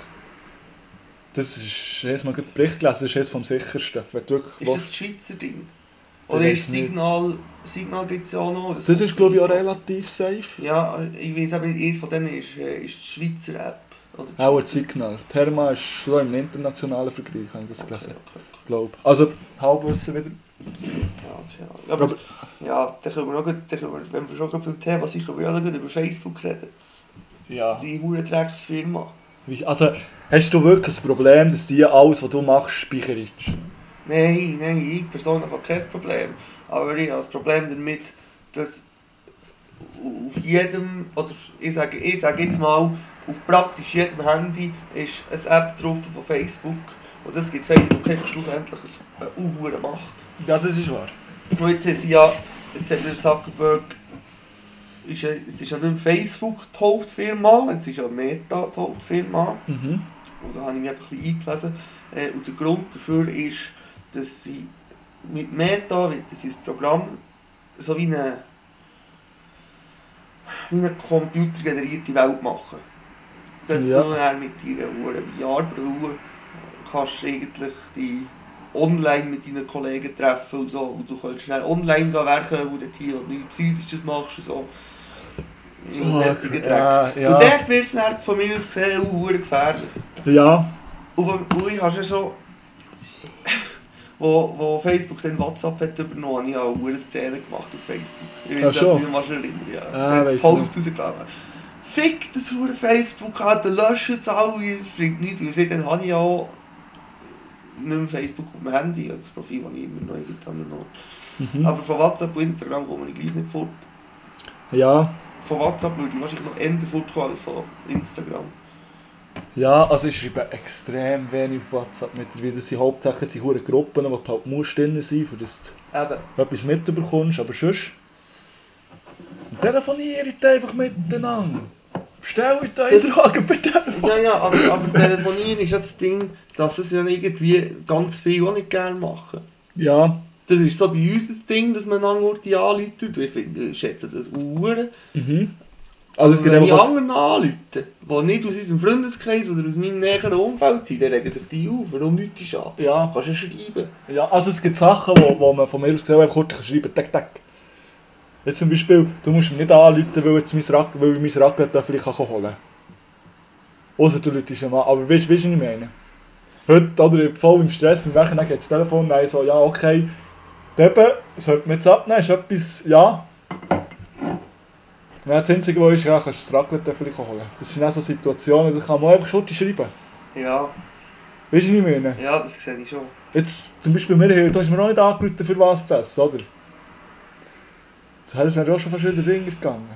Speaker 4: Das ist, jetzt mal gerade den Bericht gelesen, das ist eines vom sichersten. Wenn du wirklich
Speaker 5: Ist das
Speaker 4: willst.
Speaker 5: das Schweizer Ding?
Speaker 4: Der
Speaker 5: Oder
Speaker 4: weiss
Speaker 5: ist
Speaker 4: nicht.
Speaker 5: Signal, Signal gibt es ja auch noch?
Speaker 4: das, ist glaube ich auch relativ safe.
Speaker 5: Ja, ich weiß aber nicht, eins von denen ist, äh, ist die Schweizer App. Oder die
Speaker 4: Auch ein Signal. Therma ist schon im internationalen Vergleich, habe ich das gelesen. Glaub. Also, Halbwissen wieder.
Speaker 5: Ja, ja. Aber, ja, dann können wir noch gut, dann können wir, wenn wir schon gerade beim Thema sind, können wir auch noch gut über Facebook reden.
Speaker 4: Ja.
Speaker 5: Die Huren-Drecks-Firma.
Speaker 4: Wie- Also, hast du wirklich ein Problem, dass die alles, was du machst, speicherst?
Speaker 5: Nein, nein, ich persönlich habe kein Problem. Aber ich habe das Problem damit, dass auf jedem, oder ich sage, ich sage jetzt mal, auf praktisch jedem Handy ist eine App drauf von Facebook. Und das gibt Facebook einfach schlussendlich eine Uhr Macht.
Speaker 4: Ja, das ist wahr.
Speaker 5: Und jetzt haben sie ja, jetzt hat der Zuckerberg, ist ja, jetzt ist ja nicht mehr Facebook die Hauptfirma, jetzt ist ja Meta die Hauptfirma.
Speaker 4: Mhm.
Speaker 5: Und da habe ich mich einfach ein bisschen eingelesen. Äh, und der Grund dafür ist, dass sie mit Meta, mit- das ist ein Programm, so wie eine, wie eine computergenerierte Welt machen. Dass
Speaker 4: Ja.
Speaker 5: du dann mit deiner Uhr, VR-Brille, kannst eigentlich die online mit deinen Kollegen treffen und so. Und du kannst schnell online gehen werken, wo du hier und nichts Physisches machst und so.
Speaker 4: Oh,
Speaker 5: Und solche Dreck.
Speaker 4: äh, ja,
Speaker 5: Und
Speaker 4: ja.
Speaker 5: dort wird es dann von mir aus gesehen auch verdammt gefährlich.
Speaker 4: ja,
Speaker 5: Und vom- und ich habe ja schon... Wo, wo Facebook dann WhatsApp hat übernommen habe, ich habe auch eine Szene gemacht auf Facebook. Ich
Speaker 4: Ah,
Speaker 5: ob
Speaker 4: schon?
Speaker 5: du dich noch erinnern ja.
Speaker 4: Ah,
Speaker 5: Dann
Speaker 4: weiss
Speaker 5: Post rausgeladen. Fick das hure Facebook an, dann löscht es alle, es bringt nichts. Und seitdem habe ich ja auch nicht mehr Facebook auf dem Handy, ja, das Profil, das ich immer noch irgendwie habe. noch.
Speaker 4: mhm.
Speaker 5: Aber von WhatsApp und Instagram komme ich gleich nicht fort.
Speaker 4: ja,
Speaker 5: Von WhatsApp würde ich wahrscheinlich noch eher fortkommen als von Instagram.
Speaker 4: ja, also ich schreibe extrem wenig auf WhatsApp mit, weil das sind hauptsächlich die hohen Gruppen, wo du halt musst drin sein, für das
Speaker 5: Eben.
Speaker 4: du etwas mitbekommst, aber sonst... Telefoniert einfach miteinander! Bestellt euch
Speaker 5: Das-
Speaker 4: Fragen per Telefon!
Speaker 5: Ja, ja, aber, aber telefonieren ist ja das Ding, dass es ja irgendwie ganz viele auch nicht gerne machen.
Speaker 4: Ja,
Speaker 5: Das ist so bei uns das Ding, dass man andere Orte anruft. und Ich finde, ich schätze das Uhren.
Speaker 4: mhm. Also es gibt
Speaker 5: wenn die
Speaker 4: einfach... was-
Speaker 5: anderen anrufen, die nicht aus unserem Freundeskreis oder aus meinem näheren Umfeld sind, dann regen sich die auf. Warum Leute ist an?
Speaker 4: Ja,
Speaker 5: Kannst du ja schreiben.
Speaker 4: Ja, also es gibt Sachen, wo, wo man von mir aus gesehen einfach kurz kann schreiben tack, tack. Jetzt zum Beispiel, du musst mich nicht anrufen, weil, jetzt mein Rack, weil ich mein Raclette vielleicht kann holen kann. Außer du rufst ihn an, aber weißt du, was ich meine? Heute, oder ich bin voll im Stress, beim Werken, dann geht das Telefon, nein, so, ja, okay. Eben, sollte man jetzt abnehmen, ist etwas, ja. Nein, das Einzige, was ist, ja, kannst du das Raclette vielleicht holen. Das sind auch so Situationen, da kann man einfach kurz schreiben.
Speaker 5: Ja,
Speaker 4: Weißt du, was ich meine?
Speaker 5: ja, das sehe ich schon.
Speaker 4: Jetzt zum Beispiel, wir haben, du hast mir auch nicht angerufen, für was zu essen, oder? Das wäre auch schon fast wieder Ringer gegangen.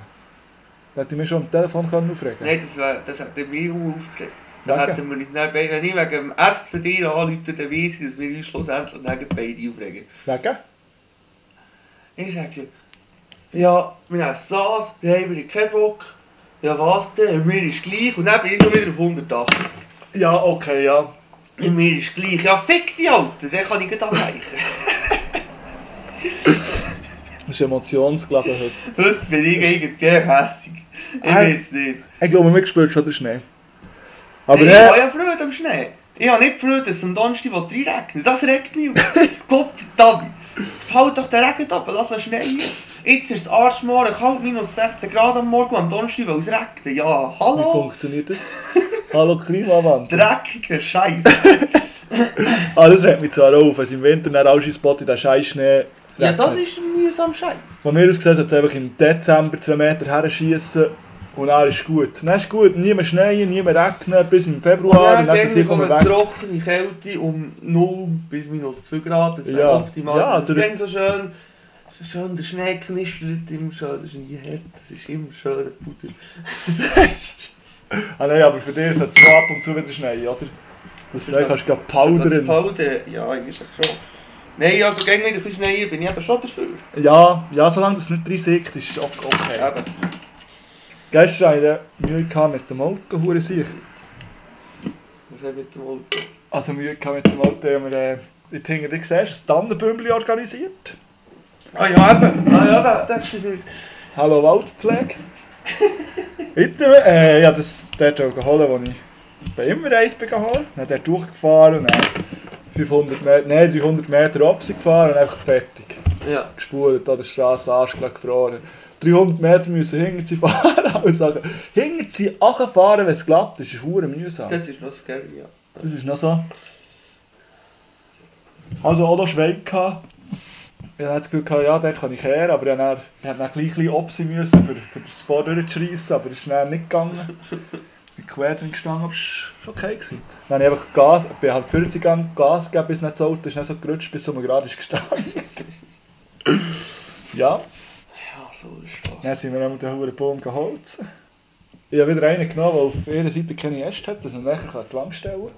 Speaker 4: Da hätte ich mich schon am Telefon können aufregen können.
Speaker 5: Nein, das, wär, das hätte mich auch aufgeregt. Dann
Speaker 4: Danke.
Speaker 5: hätten wir uns dann beide, wenn ich wegen dem Essen dir anrufe, dann weiss ich, dass wir uns schlussendlich dann beide aufregen.
Speaker 4: Wegen?
Speaker 5: Ich sage, ja, wir essen das, wir haben wieder keinen Bock. Ja, was denn? Mir ist gleich. Und dann bin ich schon wieder auf 180.
Speaker 4: Ja, okay, ja.
Speaker 5: Und mir ist gleich. Ja, fick die Alten, den kann ich nicht abweichen.
Speaker 4: Das ist emotionsgeladen heute.
Speaker 5: Heute bin ich irgendwie hässig. Ich
Speaker 4: Hey.
Speaker 5: weiß nicht.
Speaker 4: Ich glaube, man spürt schon den Schnee. Aber
Speaker 5: ich
Speaker 4: hey,
Speaker 5: habe ja Freude am Schnee. Ich habe nicht Freude, dass es am Donnerstag reinregnet. Das regt mich auf. Gottverdammt. Jetzt fällt doch der Regen ab, lass den Schnee hier. Jetzt ist es Arschmorgen, kalt, minus 16 Grad am Morgen, am Donnerstag, weil es regnet. Ja,
Speaker 4: wie
Speaker 5: hallo?
Speaker 4: funktioniert das? Hallo Klimawandel.
Speaker 5: Dreckiger Scheiß.
Speaker 4: Ah, das regt mich zwar auf, wenn im Winter dann alle Spot in den scheiß Schnee
Speaker 5: Ja, das
Speaker 4: regnet.
Speaker 5: ist ein mühsam Scheiß.
Speaker 4: Von mir aus gesehen sollte es einfach im Dezember 2 Meter her schiessen Und dann ist gut. Dann ist gut, nie mehr schneien, nie mehr regnen, bis im Februar.
Speaker 5: Und
Speaker 4: Und
Speaker 5: dann
Speaker 4: dann ist
Speaker 5: irgendwie
Speaker 4: es
Speaker 5: so
Speaker 4: immer
Speaker 5: eine
Speaker 4: weg.
Speaker 5: trockene Kälte um 0 bis minus 2 Grad, das wäre
Speaker 4: Ja.
Speaker 5: optimal.
Speaker 4: Ja,
Speaker 5: das ist
Speaker 4: der-
Speaker 5: dann so schön. Schön, der Schnee knistert immer schön, das ist nie hart, das ist immer schön, der Puder.
Speaker 4: Ah nein, aber für dich sollte es schon ab und zu wieder schneien, oder? Das Schnee kannst du gleich powdern.
Speaker 5: Powder, ja, eigentlich schon. Nein, also gegen wieder ein bisschen Schnee bin ich eben schon dafür.
Speaker 4: Ja, ja, solange das nicht reinsägt, ist ok- okay.
Speaker 5: Eben.
Speaker 4: Gestern hatte ich Mühe gehabt mit dem Auto, hure sicher.
Speaker 5: Was habe ich mit dem Auto?
Speaker 4: Also Mühe gehabt mit dem Auto, haben wir, äh, in Tinger, du siehst, ein Tannenbümbli organisiert.
Speaker 5: Ah ja, eben. Ah ja, da- das ist mir...
Speaker 4: Hallo Waldpflege. Heute, äh, ja, das dort auch geholt, wo ich bei immer eins bin geholt. Dann dort durchgefahren und dann 500 Meter, nein, 300 Meter abgefahren und einfach fertig.
Speaker 5: Ja.
Speaker 4: gespult an der Straße, Arsch gleich gefroren. 300 Meter müssen hinter sie fahren. Also, hinter sie fahren, wenn es glatt ist, ist hure mühsam.
Speaker 5: Das ist noch scary, ja.
Speaker 4: Das ist noch so. Also auch noch Schwein gehabt. Ich hatte das Gefühl, gehabt, ja, dort kann ich her, aber ich musste dann, dann gleich ein bisschen Opsi müssen, für, für das Vordere zu schreissen, aber es ist dann nicht gegangen. Ich bin quer drin gestanden, aber es war okay. Gewesen. Dann habe ich einfach Gas, bin halt 40 gegangen, Gas gegeben, bis nicht das Auto ist, nicht so gerutscht, bis es um gerade ist gestanden. ja,
Speaker 5: Ja, so ist das.
Speaker 4: dann sind wir einmal den hohen Baum geholzt. Ich habe wieder einen genommen, der auf ihrer Seite keine Äste hat, dass man nachher an die Wand stellen kann.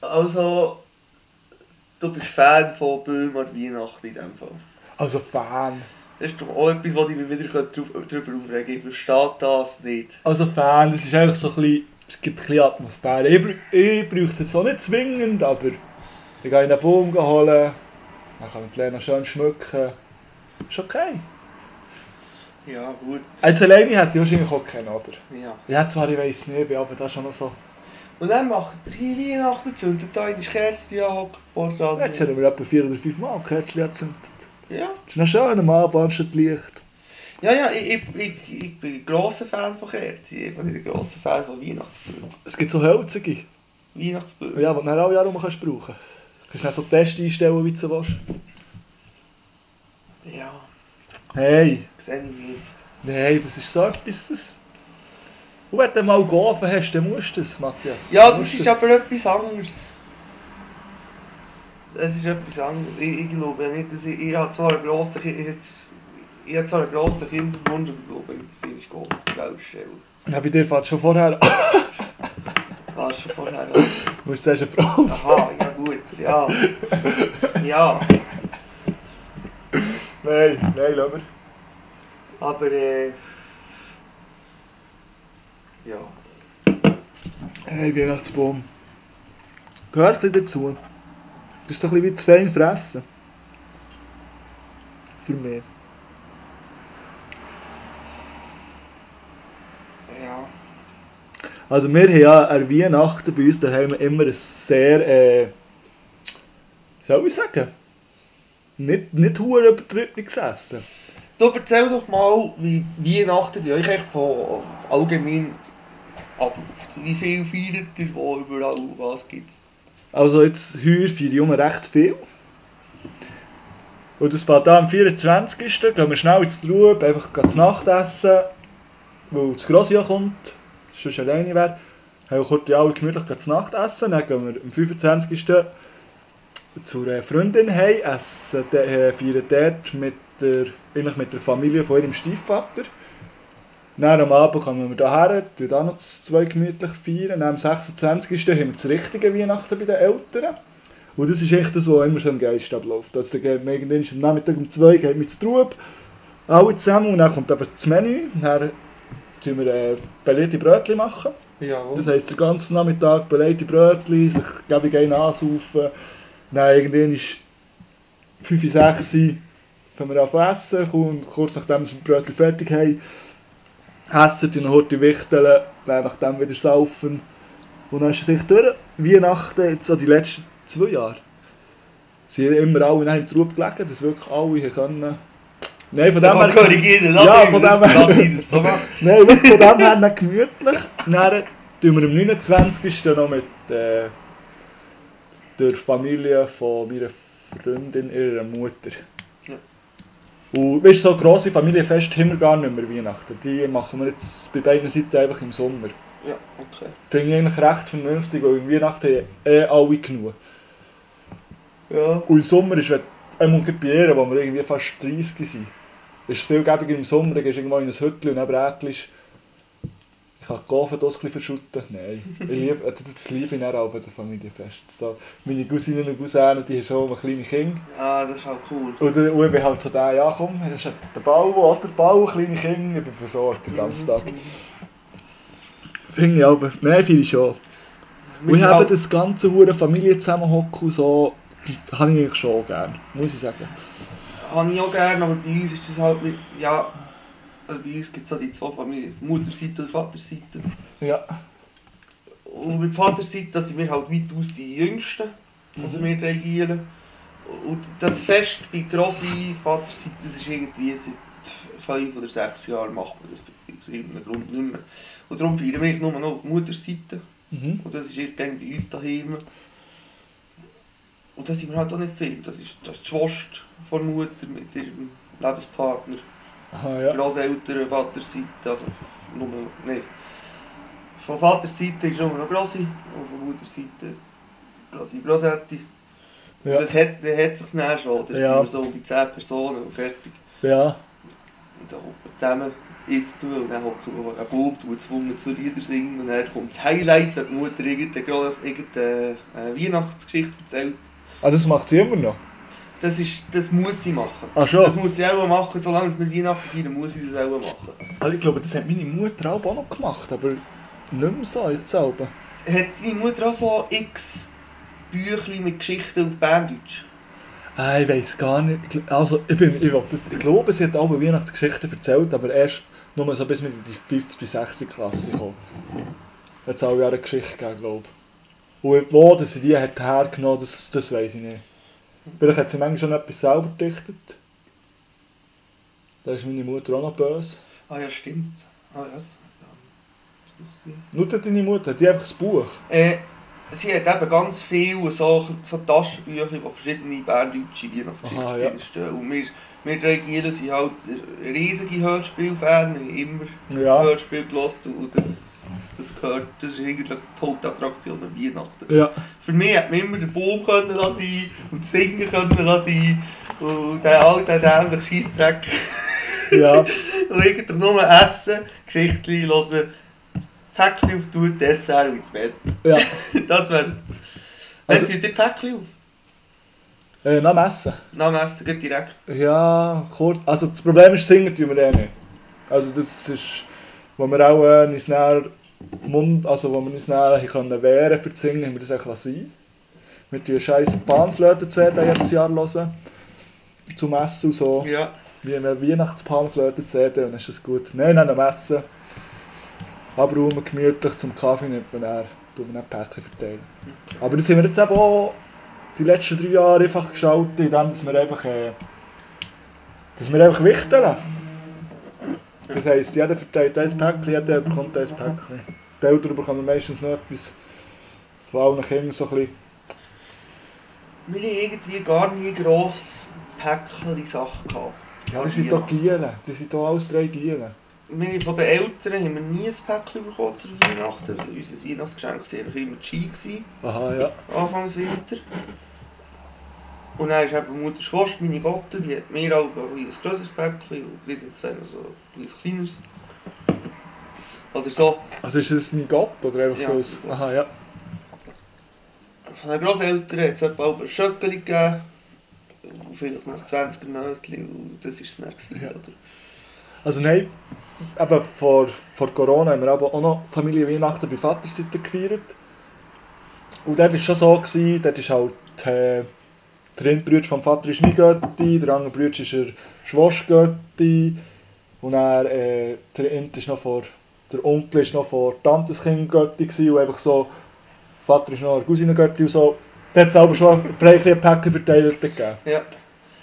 Speaker 5: Oh, Also, du bist Fan von Böhmer Weihnachten in dem Fall.
Speaker 4: Also Fan.
Speaker 5: Das ist doch auch etwas, wo ich mich wieder drüber drüber aufregen kann. Ich verstehe das nicht.
Speaker 4: Also Fan, das ist einfach so ein bisschen, es gibt ein bisschen Atmosphäre. Ich, brü- ich brauche es jetzt auch nicht zwingend, aber ich gehe in den Baum holen, dann kann man die Lena schön schmücken. Ist okay. Also
Speaker 5: Ja, gut.
Speaker 4: Als alleine hätte ich wahrscheinlich auch keinen, oder?
Speaker 5: Ja.
Speaker 4: Ja, zwar, ich weiss nicht, aber das ist schon noch so.
Speaker 5: Und dann macht er drei Weihnachten, zündet da eine Kerze an, hockt vor dran.
Speaker 4: Jetzt haben wir etwa vier oder fünf Mal Kerzchen angezündet.
Speaker 5: Ja,
Speaker 4: Ist noch schön am Abend anstatt Licht.
Speaker 5: ja, ja ich, ich, ich, ich bin ein grosser Fan von Kerzen. Ich bin ein grosser Fan von Weihnachtsbüchern.
Speaker 4: Es gibt so hölzige,
Speaker 5: Weihnachtsbüchern.
Speaker 4: ja, die du dann alle Jahre rum kannst brauchen kannst. Du kannst dann so Tests einstellen, wie du willst.
Speaker 5: Ja,
Speaker 4: Hey!
Speaker 5: sehe ich nicht.
Speaker 4: Nein, das ist so etwas. Das... Und wenn du mal geholfen hast, dann musst du es, Matthias.
Speaker 5: Ja,
Speaker 4: Du
Speaker 5: das
Speaker 4: musst
Speaker 5: ist
Speaker 4: es.
Speaker 5: aber etwas anderes. Es ist etwas anderes. Ich, ich glaube nicht, dass ich... Ich habe zwar einen grossen, Ki- jetzt, ich habe zwar einen grossen Kinderwunsch, aber ich glaube nicht, dass ich mich Gott auf die Welt stelle.
Speaker 4: Ja, bei dir fährt schon vorher an.
Speaker 5: War schon vorher.
Speaker 4: Du musst zuerst eine Frau
Speaker 5: Aha, ja gut, ja. Ja,
Speaker 4: Nein, nein, lass mal.
Speaker 5: aber äh... Ja.
Speaker 4: Hey, Weihnachtsbaum. Gehört ein bisschen dazu. Das ist doch ein bisschen wie zu fein fressen. Für mich.
Speaker 5: Ja.
Speaker 4: Also wir haben ja an Weihnachten bei uns daheim immer ein sehr, äh, soll ich sagen, nicht, nicht hure übertrieben gesessen.
Speaker 5: Du erzähl doch mal, wie Weihnachten bei euch eigentlich von von allgemein abläuft. Wie viel feiert ihr, wo überall was gibt
Speaker 4: Also jetzt heuer feiere ich um recht viel. Und das fängt an am 24. Gehen wir schnell ins Trub, einfach gleich zu Nacht essen, weil das Grosja kommt, sonst alleine wäre. Haben wir kurz alle gemütlich gleich zu Nacht essen, dann gehen wir am 25. zu einer Freundin heim, essen, de- äh, feiern dort mit der, eigentlich mit der Familie von ihrem Stiefvater. Dann am Abend kommen wir hierher, tun auch noch zwei gemütlich feiern. Dann am 26. haben wir das richtige Weihnachten bei den Eltern. Und das ist echt das, was immer so am geilsten abläuft. Also da geht man irgendwann am Nachmittag um 2 geht man zu Trub, alle zusammen und dann kommt aber das Menü. Dann tun wir äh, belegte Brötchen machen.
Speaker 5: Ja.
Speaker 4: Das heisst, den ganzen Nachmittag belegte Brötchen, sich gebe ich einen ansaufen. Dann irgendwann ist 5, 6 Uhr, fangen wir an zu essen. Und kurz nachdem wir das Brötchen fertig haben, essen, tun noch heute wichteln, dann nachdem wieder saufen. Und dann ist es echt durch. Weihnachten, jetzt an die letzten zwei Jahre, sind immer alle in einem Trub gelegen, dass wirklich alle haben können. Nein, von dem her...
Speaker 5: korrigieren,
Speaker 4: Ja, von dem her-
Speaker 5: dieses so machen.
Speaker 4: Nein, wirklich von dem her dann gemütlich. Dann tun wir am 29. noch mit äh, der Familie von meiner Freundin, ihrer Mutter.
Speaker 5: Ja.
Speaker 4: Und weißt, du, so grosse Familienfeste haben wir gar nicht mehr Weihnachten. Die machen wir jetzt bei beiden Seiten einfach im Sommer.
Speaker 5: Ja, okay.
Speaker 4: Finde ich eigentlich recht vernünftig, weil im Weihnachten haben eh alle genug.
Speaker 5: Ja.
Speaker 4: Und im Sommer ist, wenn einmal gerade bei ihr, wo wir irgendwie fast 30 sind, ist es viel gäbiger im Sommer, dann gehst du irgendwo in ein Hütchen und dann brätelst ich kann die Gafen ein bisschen verschütten. Nein, ich liebe, äh, das liebe ich dann auch bei der Familienfest. So, meine Cousinen und Cousinen, die haben schon mal kleine Kinder.
Speaker 5: Ah, das ist halt cool.
Speaker 4: Und dann und ich bin halt so der, ja komm, das ist halt der Bau, oder? Bau, kleine Kinder, ich bin versorgt den ganzen Tag. Finde ich aber, nein, finde ich schon.
Speaker 5: Wir
Speaker 4: Wir
Speaker 5: sind
Speaker 4: haben
Speaker 5: halt-
Speaker 4: das ganze hure Familie zusammenhocken so, habe ich eigentlich schon gern, muss ich sagen.
Speaker 5: Habe ich auch gerne, aber bei uns ist das halt nicht. Ja. Also bei uns gibt es so die zwei Familien, Mutterseite und Vaterseite.
Speaker 4: Ja.
Speaker 5: Und bei Vaterseite, da sind wir halt weitaus die Jüngsten. Also wir drei Gielen. Und das Fest bei grosser Vaterseite, das ist irgendwie seit fünf oder sechs Jahren macht man das aus irgendeinem Grund nicht mehr. Und darum feiern wir nur noch auf Mutterseite.
Speaker 4: Mhm.
Speaker 5: Und das ist irgendwie bei uns daheim. Und da sind wir halt auch nicht viel. Das ist, das ist die Schwester von der Mutter mit ihrem Lebenspartner,
Speaker 4: Aha,
Speaker 5: ja.
Speaker 4: ja.
Speaker 5: Grosseltern, Vaterseite, also nur, nein. Von Vaterseite ist nur noch Grossi und von Mutterseite Grossi Grossetti. Und
Speaker 4: Ja.
Speaker 5: Das hat, das hat sich dann schon. Da
Speaker 4: Ja.
Speaker 5: sind wir so um die 10 Personen und fertig.
Speaker 4: ja.
Speaker 5: Und dann hockt man zusammen, isst du und dann hockt du ein Bub, du gezwungen zu Lieder singen und dann kommt das Highlight, wenn die Mutter irgendeine, grosse- irgendeine äh, Weihnachtsgeschichte erzählt.
Speaker 4: Ah, das macht sie immer noch.
Speaker 5: Das, ist, das muss sie machen.
Speaker 4: Ach
Speaker 5: Das
Speaker 4: Ah, schon.
Speaker 5: muss sie auch machen, solange wir Weihnachten feiern, muss sie das auch machen.
Speaker 4: Also ich glaube, das hat meine Mutter auch noch gemacht, aber nicht mehr so jetzt selber.
Speaker 5: Hat deine Mutter auch so x Büchlein mit Geschichten auf Berndeutsch?
Speaker 4: Ah, ich weiß gar nicht. Ich gl- Also, ich, bin, ich, will, ich glaube, sie hat alle Weihnachtsgeschichten erzählt, aber erst nur so bis wir in die 5. 6. Klasse kommen. Hat es alle Jahre eine Geschichte gegeben, glaube ich. Und wo dass sie die hat hergenommen das, das weiß ich nicht. Vielleicht hat sie manchmal schon etwas selber gedichtet. Da ist meine Mutter auch noch böse.
Speaker 5: Ah ja, stimmt. Ah ja. das- ja. Das ist-
Speaker 4: Nur deine Mutter, die hat einfach das Buch.
Speaker 5: Äh, sie hat eben ganz viele so, so Taschenbücher, wo verschiedene berndeutsche Weihnachtsgeschichten
Speaker 4: Aha, ja.
Speaker 5: drinstehen. Und wir, wir drei Gielen sind halt riesige Hörspielfans, wir haben immer
Speaker 4: Ja.
Speaker 5: Hörspiel gelost und das, das gehört, das ist eigentlich die Hauptattraktion an Weihnachten.
Speaker 4: Ja.
Speaker 5: Für mich hat man immer den Baum können lassen sein und das Singen können lassen sein und den alten dämlichen Scheissdreck
Speaker 4: Ja.
Speaker 5: und eigentlich nur essen, Geschichten hören, Päckchen auf die Tour, Dessert und ins Bett.
Speaker 4: ja.
Speaker 5: Das wäre.
Speaker 4: Also-
Speaker 5: Also, tut ihr Päckchen auf?
Speaker 4: Äh, nach dem Essen.
Speaker 5: Nach dem Essen geht direkt.
Speaker 4: Ja, kurz. Also das Problem ist, singen tun wir eh nicht. Also das ist, wo wir auch äh, uns näher Mund, also wo wir uns näher können wehren für das Singen, haben wir das auch lassen sein. Wir tun scheiß Panflöten-CD jedes Jahr hören. Zum Essen und so.
Speaker 5: Ja.
Speaker 4: Wie eine Weihnachtspanflöten-CD und dann ist es gut. Nein, nein, am Essen. Abräumen, gemütlich zum Kaffee nimmt man dann, tun wir dann Päckchen verteilen. Aber das haben wir jetzt eben auch die letzten drei Jahre einfach geschaltet, indem dass wir einfach, äh, dass wir einfach wichteln. Das heisst, jeder verteilt ein Päckchen, jeder bekommt ein Päckchen. Die Eltern bekommen meistens noch etwas von allen Kindern so ein bisschen.
Speaker 5: Wir haben irgendwie gar nie gross Päckchen Sachen gehabt.
Speaker 4: Ja, die sind hier Gielen, die sind hier alles drei Gielen.
Speaker 5: Wir haben von den Eltern haben wir nie ein Päckchen bekommen zu Weihnachten. Unser Weihnachtsgeschenk war einfach immer Ski, gewesen,
Speaker 4: Aha, ja.
Speaker 5: Anfang des Winter. Und dann ist eben Mutter Schwester, meine Gotte, die hat mir auch ein kleines grösseres Päckchen und wir sind zwei noch so ein kleines kleineres. Oder so.
Speaker 4: Also ist das ein Gott oder einfach
Speaker 5: Ja.
Speaker 4: so aus? Aha, ja.
Speaker 5: Von den Grosseltern hat es etwa auch ein Schöckeli gegeben. Und vielleicht noch 20 Nötchen. Und das war es dann. Gewesen,
Speaker 4: Ja.
Speaker 5: oder?
Speaker 4: Also nein, eben vor, vor Corona haben wir eben auch noch Familienweihnachten bei Vaterseite gefeiert. Und dort war es schon so, gewesen, dort ist halt äh, der eine Bruder vom Vater ist mein Götti, der andere Bruder ist der Schwostgötti und er, äh, der Int ist noch vor, der Onkel ist noch vor Tantes Kind Götti gewesen und einfach so, der Vater ist noch der Cousine Götti und so. Dort hat es aber schon vielleicht ein Päckchen verteilt gegeben.
Speaker 5: Ja.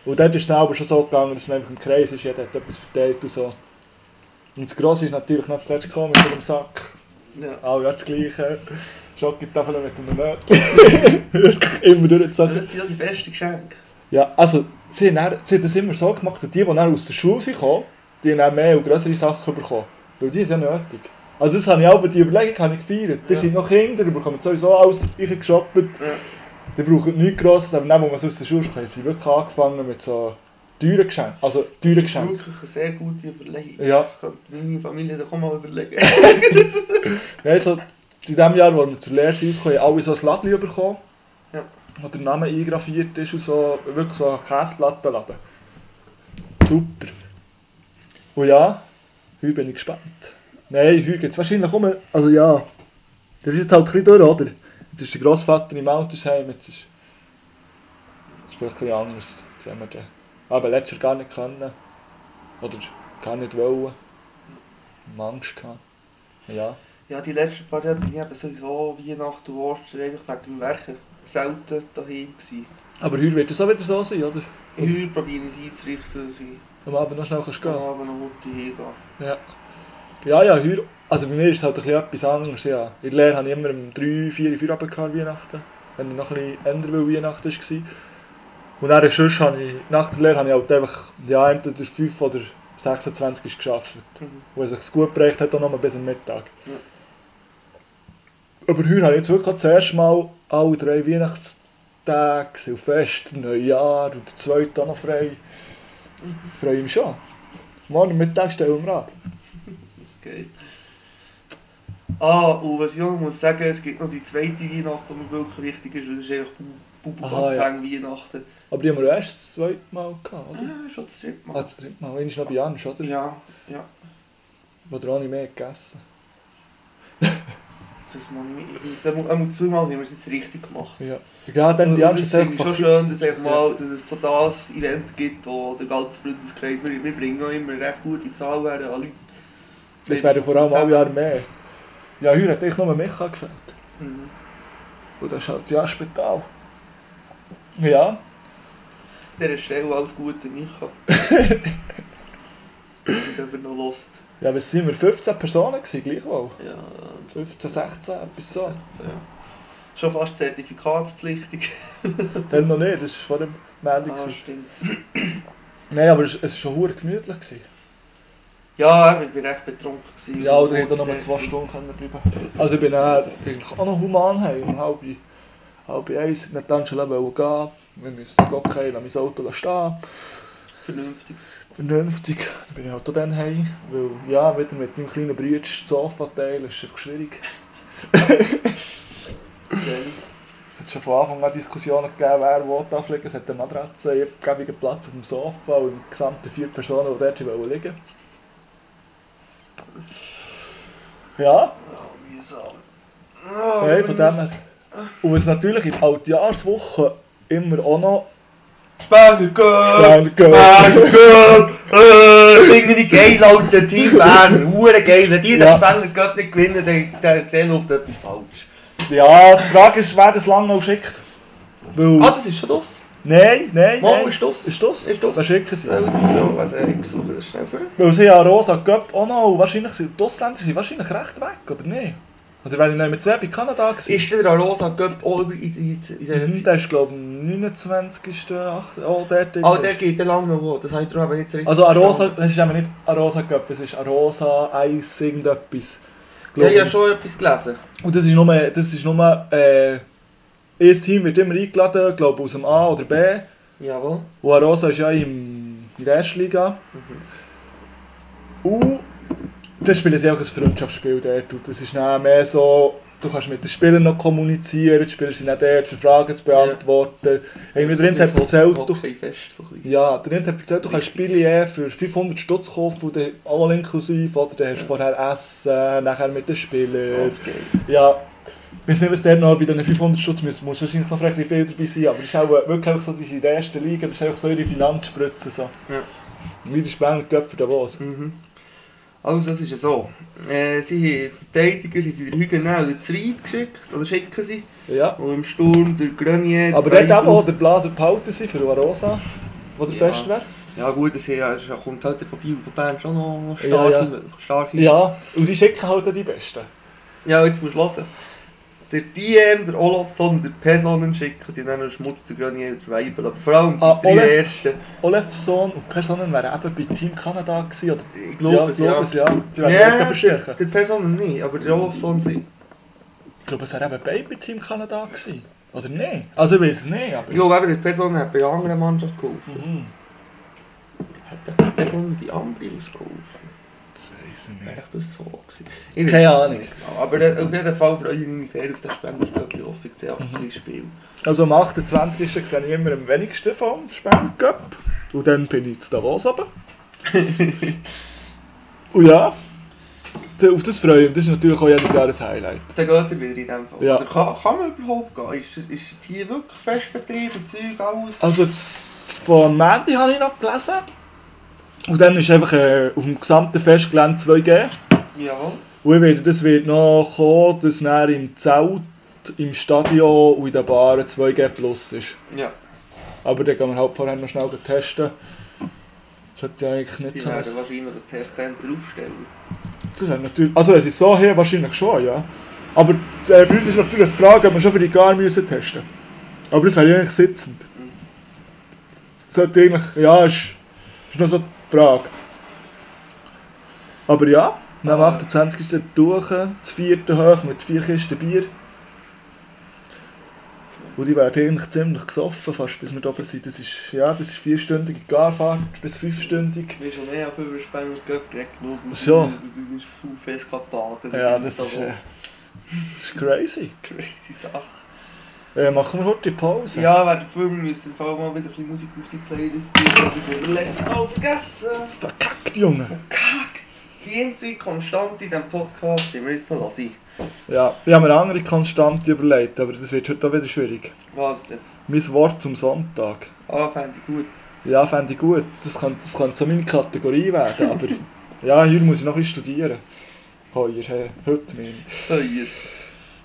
Speaker 4: Und dort ist es dann aber schon so gegangen, dass man einfach im Kreis ist, jeder hat etwas verteilt und so. Und das Grosse ist natürlich nicht das letzte gekommen mit dem Sack.
Speaker 5: ja.
Speaker 4: Alle ja das Gleiche. Schokotafel mit einem Nötchen. Wirklich immer durchgezogen.
Speaker 5: Das sind ja die besten Geschenke.
Speaker 4: Ja, also sie, haben dann, sie haben das immer so gemacht, und die, die dann aus der Schule sind gekommen, die haben dann mehr und größere Sachen bekommen. Weil die sind ja nötig. Also das habe ich aber, die Überlegung habe ich gefeiert. Ihr seid noch Kinder, ihr bekommt sowieso alles reingeshoppt. Die brauchen nichts Grosses, aber dann, wo man so aus der Schule kam, haben sie wirklich angefangen mit so teuren Geschenken. Also teuren
Speaker 5: Das ist
Speaker 4: Geschenken.
Speaker 5: wirklich eine sehr gute Überlegung.
Speaker 4: Ja.
Speaker 5: Das könnte meine Familie doch auch mal überlegen.
Speaker 4: Nein, so, also, in dem Jahr, wo wir zur Lehre sind, rausgekommen, haben alle so ein Laden bekommen.
Speaker 5: Ja.
Speaker 4: Wo der Name eingraviert ist und so, wirklich so ein Käseplattenladen. Super. Und ja, heute bin ich gespannt. Nein, heute geht es wahrscheinlich um... Also ja, das ist jetzt halt ein bisschen durch, oder? Jetzt ist der Grossvater im Altersheim, jetzt ist... Das ist vielleicht ein bisschen anders, das sehen wir dann. Aber letztes Jahr gar nicht können. Oder gar nicht wollen. Angst gehabt. Ja.
Speaker 5: Ja, die letzten paar Jahre bin ich eben sowieso Weihnachten und Ostern einfach wegen dem Werken selten daheim gewesen.
Speaker 4: Aber heute wird es auch wieder so sein, oder?
Speaker 5: Heuer probiere ich es einzurichten, dass ich
Speaker 4: Am Abend noch schnell kannst du
Speaker 5: am
Speaker 4: gehen.
Speaker 5: Abend noch heute hingehe.
Speaker 4: Ja. Ja, ja, heuer. Also bei mir ist es halt ein bisschen etwas anderes, ja. In der Lehre habe ich immer um 3, 4, 4 Abend gehabt, Weihnachten. Wenn ich noch ein bisschen ändern will, Weihnachten war. Und dann sonst habe ich, nach der Lehre habe ich halt einfach, ja, entweder 5 oder 26 geschafft.
Speaker 5: Mhm.
Speaker 4: Wo es sich gut gebracht hat, auch noch mal bis am Mittag.
Speaker 5: Ja.
Speaker 4: Aber heuer habe ich jetzt wirklich auch das erste Mal alle drei Weihnachtstage, Silvester, Neujahr und der zweite auch noch frei.
Speaker 5: Mhm.
Speaker 4: Freue ich mich schon. Morgen Mittag stellen wir ab.
Speaker 5: Geil. Ah, und was ich auch noch muss sagen, es gibt noch die zweite Weihnachten, die mir wirklich wichtig ist, weil das ist einfach
Speaker 4: Aha, ja.
Speaker 5: Bubu-Abhängig Weihnachten.
Speaker 4: Aber die haben wir erst das zweite Mal gehabt, oder?
Speaker 5: Ja, schon das dritte
Speaker 4: Ah,
Speaker 5: Mal.
Speaker 4: das dritte Mal. Eines noch bei Jansch, oder?
Speaker 5: Ja, ja.
Speaker 4: Wo der auch nicht mehr gegessen
Speaker 5: Das muss ich mir... das haben wir- Einmal zweimal haben wir es jetzt richtig gemacht.
Speaker 4: Ja. Ja, dann
Speaker 5: Und
Speaker 4: bei Jansch ist
Speaker 5: das
Speaker 4: es
Speaker 5: finde ich
Speaker 4: einfach...
Speaker 5: schon schön, dass, einfach mal, dass es so das Event gibt, wo der ganze Freundeskreis, wir, wir bringen auch immer recht gute Zahlen an Leute.
Speaker 4: Das wäre vor allem alle Jahre mehr. Ja, heuer hat eigentlich nur Micha gefällt.
Speaker 5: Mhm.
Speaker 4: Und das ist halt ja Spital. Ja.
Speaker 5: An dieser Stelle alles Gute, Micha. Und ob er noch lost.
Speaker 4: Ja, was sind wir? 15 Personen gewesen, gleichwohl.
Speaker 5: Ja,
Speaker 4: 15, 16, etwas so.
Speaker 5: so, ja. Schon fast zertifikatspflichtig.
Speaker 4: Dann noch nicht, das war vor der Meldung.
Speaker 5: Ah,
Speaker 4: gewesen.
Speaker 5: stimmt.
Speaker 4: Nein, aber es es war schon verdammt gemütlich. Gewesen.
Speaker 5: Ja, eben, ich war recht betrunken. Gewesen,
Speaker 4: Ja, oder hätte noch mal zwei Stunden können bleiben Also ich bin dann eigentlich auch noch human heim, um halb, halb eins. Nicht dann schon eben gehen. Wir müssen okay, lassen mein Auto stehen.
Speaker 5: Vernünftig.
Speaker 4: Vernünftig. Dann bin ich halt auch dann heim. Weil, ja, wieder mit dem kleinen Brütsch das Sofa teilen, ist einfach schwierig.
Speaker 5: Ja,
Speaker 4: Es hat schon von Anfang an Diskussionen gegeben, wer wo darf liegen. Es hat eine Matratze, einen abgebigen Platz auf dem Sofa und die gesamten vier Personen, die dort liegen wollten. Ja.
Speaker 5: mühsam.
Speaker 4: Nein, von dem her. Und was natürlich in Altjahrswochen immer auch noch
Speaker 5: Spendiger!
Speaker 4: Bern geht.
Speaker 5: Spendiger! Äh, Finde ich geil, alter Team Bern. Hure geil. Wenn die
Speaker 4: Ja.
Speaker 5: den Spendiger nicht gewinnen, dann- dann dann läuft etwas falsch.
Speaker 4: Ja, die Frage ist, wer das lang noch schickt. Weil,
Speaker 2: Ah, das ist schon das.
Speaker 4: nein, nein,
Speaker 2: Mal
Speaker 4: nein.
Speaker 2: ist das.
Speaker 4: Ist das?
Speaker 2: Ist das.
Speaker 4: Wer schicken sie?
Speaker 5: Ja, gut, das ist ja, also ich suche das schnell vor.
Speaker 4: Weil sie ja Rosa Göpp auch noch. und Wahrscheinlich sind die Ausländer sind wahrscheinlich recht weg, oder nicht? Oder wäre ich noch mit zwei bei Kanada gewesen?
Speaker 5: Ist der Rosa Göpp auch über in, in, in dieser
Speaker 4: Mhm,
Speaker 5: Zeit?
Speaker 4: Der ist glaube ich am 29. 8. Oh, der Ding.
Speaker 5: Ah, der geht dann lang noch wo, das habe ich darum aber nicht so richtig
Speaker 4: Also Arosa,
Speaker 5: verstanden.
Speaker 4: das ist eben nicht Arosa Göpp, es ist Arosa Eis, irgendetwas.
Speaker 5: Ja,
Speaker 4: glaub
Speaker 5: ich habe
Speaker 4: ich.
Speaker 5: schon etwas gelesen.
Speaker 4: Und das ist nur, das ist nur äh, ein Team wird immer eingeladen, glaube aus dem A oder B.
Speaker 5: Jawohl.
Speaker 4: Und Arosa ist ja im, in der ersten Liga. Und dann spielen sie auch ein Freundschaftsspiel dort. Und das ist dann mehr so, du kannst mit den Spielern noch kommunizieren, die Spieler sind auch dort, für Fragen zu beantworten. Irgendwie drin hat erzählt, du,
Speaker 5: Okay, fest, so ein bisschen.
Speaker 4: ja, drin hat erzählt, du kannst
Speaker 5: Richtig.
Speaker 4: Spiele eh für 500 Stutz kaufen, und dann all inklusive, oder dann hast du vorher Essen, nachher mit den Spielern.
Speaker 5: Okay.
Speaker 4: Ja, wir sind was der noch bei diesen 500 Schutz muss, muss wahrscheinlich noch recht viel dabei sein, aber das ist auch äh, wirklich einfach so diese erste Liga, das ist einfach so ihre Finanzspritze. So.
Speaker 5: Ja.
Speaker 4: Wie der Spengler Göpp für Davos.
Speaker 5: Mhm. Also, das ist ja so. Äh, sie haben Verteidiger, haben sie den Hügenau den Zweit geschickt, oder schicken sie.
Speaker 4: Ja.
Speaker 5: Und im Sturm der Grenier.
Speaker 4: Aber
Speaker 5: der
Speaker 4: dort eben, wo der Blaser behalten sind für Arosa, wo der
Speaker 5: Ja.
Speaker 4: Beste wäre.
Speaker 5: Ja, gut, das hier ist- kommt halt von Biel von Bern schon noch stark.
Speaker 4: Ja, ja.
Speaker 5: stark
Speaker 4: Ja, und die schicken halt auch die Besten.
Speaker 5: ja, jetzt musst du hören. der DM, der Olofsson und der Personen schicken sie dann Schmutz, der Grönie und der Weibel. Aber vor allem die
Speaker 4: Ah,
Speaker 5: drei
Speaker 4: Olaf-
Speaker 5: ersten.
Speaker 4: Olefson und Personen wären eben bei Team Kanada gewesen. Oder
Speaker 5: Ich glaube es, ja.
Speaker 4: es, ja. Die werden
Speaker 5: Ja,
Speaker 4: ja,
Speaker 5: der,
Speaker 4: verstärken.
Speaker 5: der Personen nicht, aber der Olofsson sind.
Speaker 4: Ich glaube, es wären eben beide bei Team Kanada gewesen. Oder nicht? Also ich weiß es nicht, aber...
Speaker 5: Ich glaube eben, der Personen hat bei einer anderen Mannschaft geholfen.
Speaker 4: Mhm.
Speaker 5: Hat doch der Personen bei anderen ausgeholfen?
Speaker 4: Das weiß ich
Speaker 5: Wäre
Speaker 4: nicht.
Speaker 5: doch das so gewesen? Ich weiß
Speaker 4: Keine
Speaker 5: es
Speaker 4: Ahnung.
Speaker 5: nicht genau. Aber der, auf jeden Fall freue ich mich sehr auf das Spendenspiel, ich hoffe, ich sehe auch ein
Speaker 4: Mhm.
Speaker 5: bisschen Spiel.
Speaker 4: Also am 28. sehe ich immer am wenigsten vom Spendencup. Und dann bin ich zu Davos oben. Und ja, da- auf das freue ich mich. Das ist natürlich auch jedes Jahr ein Highlight.
Speaker 5: Dann geht er wieder in dem Fall.
Speaker 4: Ja.
Speaker 5: Also kann, kann man überhaupt gehen? Ist, ist hier wirklich Festbetrieb und Zeug, alles?
Speaker 4: Also das von Mandy habe ich noch gelesen. Und dann ist einfach äh, auf dem gesamten Festgelände 2G.
Speaker 5: Jawohl.
Speaker 4: Und ich werde, das wird noch kommen, dass dann im Zelt, im Stadion und in den Baren 2G plus ist.
Speaker 5: Ja.
Speaker 4: Aber dann gehen wir halt vorher noch schnell testen. Das hat ja eigentlich nicht
Speaker 5: Die
Speaker 4: so ein...
Speaker 5: werden wahrscheinlich das Testcenter aufstellen.
Speaker 4: Das hat natürlich... Also es ist so hier wahrscheinlich schon, ja. Aber äh, bei uns ist natürlich die Frage, ob wir schon für die Gar müssen testen. Aber das wäre ja eigentlich sitzend. Das sollte eigentlich... Ja, ist, ist noch so die Frage. Aber ja, am 28. durch, das vierte hoch mit vier Kisten Bier. Und die werden eigentlich ziemlich gesoffen, fast bis wir da oben sind. Das ist, ja, das ist vierstündige Garfahrt bis fünfstündig.
Speaker 5: Wir haben schon mehr auf über Spencer Cup geredet.
Speaker 4: Schon.
Speaker 5: Du bist so Eskapaden.
Speaker 4: Ja, das ist, äh, das ist crazy.
Speaker 5: Crazy Sache.
Speaker 4: Äh, machen wir heute die Pause?
Speaker 5: Ja, während der Film müssen wir vor allem mal wieder ein bisschen Musik auf die Playlist tun. Das haben wir letztes Mal vergessen.
Speaker 4: Verkackt, Junge.
Speaker 5: Kackt! Die einzige Konstante in diesem Podcast, die wir jetzt noch lassen.
Speaker 4: Ja, ich habe mir andere Konstante überlegt, aber das wird heute auch wieder schwierig.
Speaker 5: Was denn?
Speaker 4: Mein Wort zum Sonntag.
Speaker 5: Ah, fände ich gut.
Speaker 4: Ja, fände ich gut. Das könnte, das könnte so meine Kategorie werden, aber... Ja, hier muss ich noch ein bisschen studieren. Heuer, hey, heute meine ich.
Speaker 5: So, hier.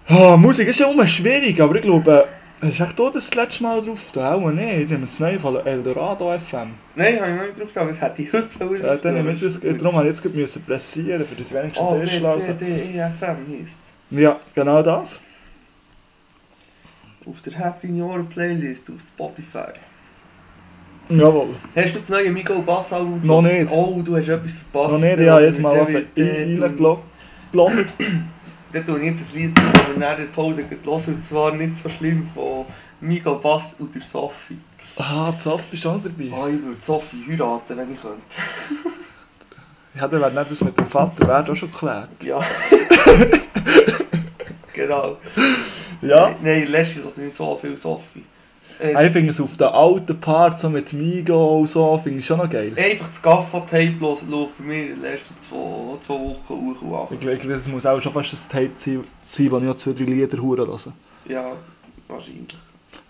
Speaker 4: Ah, Musik ist ja immer schwierig, aber ich glaube... Es ist echt auch das letzte Mal drauf, da auch nicht. Ich nehme das neue von Eldorado FM.
Speaker 5: Nein, habe ich noch nicht drauf, aber das hätte ich heute auch
Speaker 4: Ja, dann nehme ich das, äh, darum habe ich jetzt gerade müssen pressieren, für das wenigstens oh,
Speaker 5: Oh, B,
Speaker 4: erst
Speaker 5: C,
Speaker 4: lassen.
Speaker 5: D, E, F, M heisst
Speaker 4: Ja, genau das.
Speaker 5: Auf der Happy New Year Playlist auf Spotify.
Speaker 4: Jawohl.
Speaker 5: Hast du das neue Miguel Bass Album
Speaker 4: Noch
Speaker 5: gehört?
Speaker 4: nicht.
Speaker 5: Oh, du hast etwas verpasst.
Speaker 4: Noch nicht,
Speaker 5: Dann
Speaker 4: ja,
Speaker 5: lassen
Speaker 4: jetzt
Speaker 5: wir
Speaker 4: mal
Speaker 5: den
Speaker 4: auf
Speaker 5: wieder. Dann-
Speaker 4: reingelassen.
Speaker 5: Dann tue ich jetzt ein Lied, das wir nach der Pause gleich hören. Und zwar nicht so schlimm von Miguel Bass und der Sophie.
Speaker 4: Ah, die Sophie ist auch noch dabei.
Speaker 5: Ah, ich würde Sophie heiraten, wenn ich könnte.
Speaker 4: Ja, dann wäre nicht das mit dem Vater wäre auch schon geklärt.
Speaker 5: Ja. genau.
Speaker 4: Ja.
Speaker 5: Nein, letztens das nicht so viel Sophie.
Speaker 4: Ah,
Speaker 5: Äh,
Speaker 4: Ich finde es auf der alten Part, so mit Migo und so, finde ich schon noch geil.
Speaker 5: einfach das Gaffa-Tape los- läuft bei mir in den letzten zwei, zwei Wochen hoch und ab.
Speaker 4: Ich glaube, das muss auch schon fast ein Tape sein, sein wo ich noch zwei, drei Lieder hören lasse.
Speaker 5: Ja, wahrscheinlich.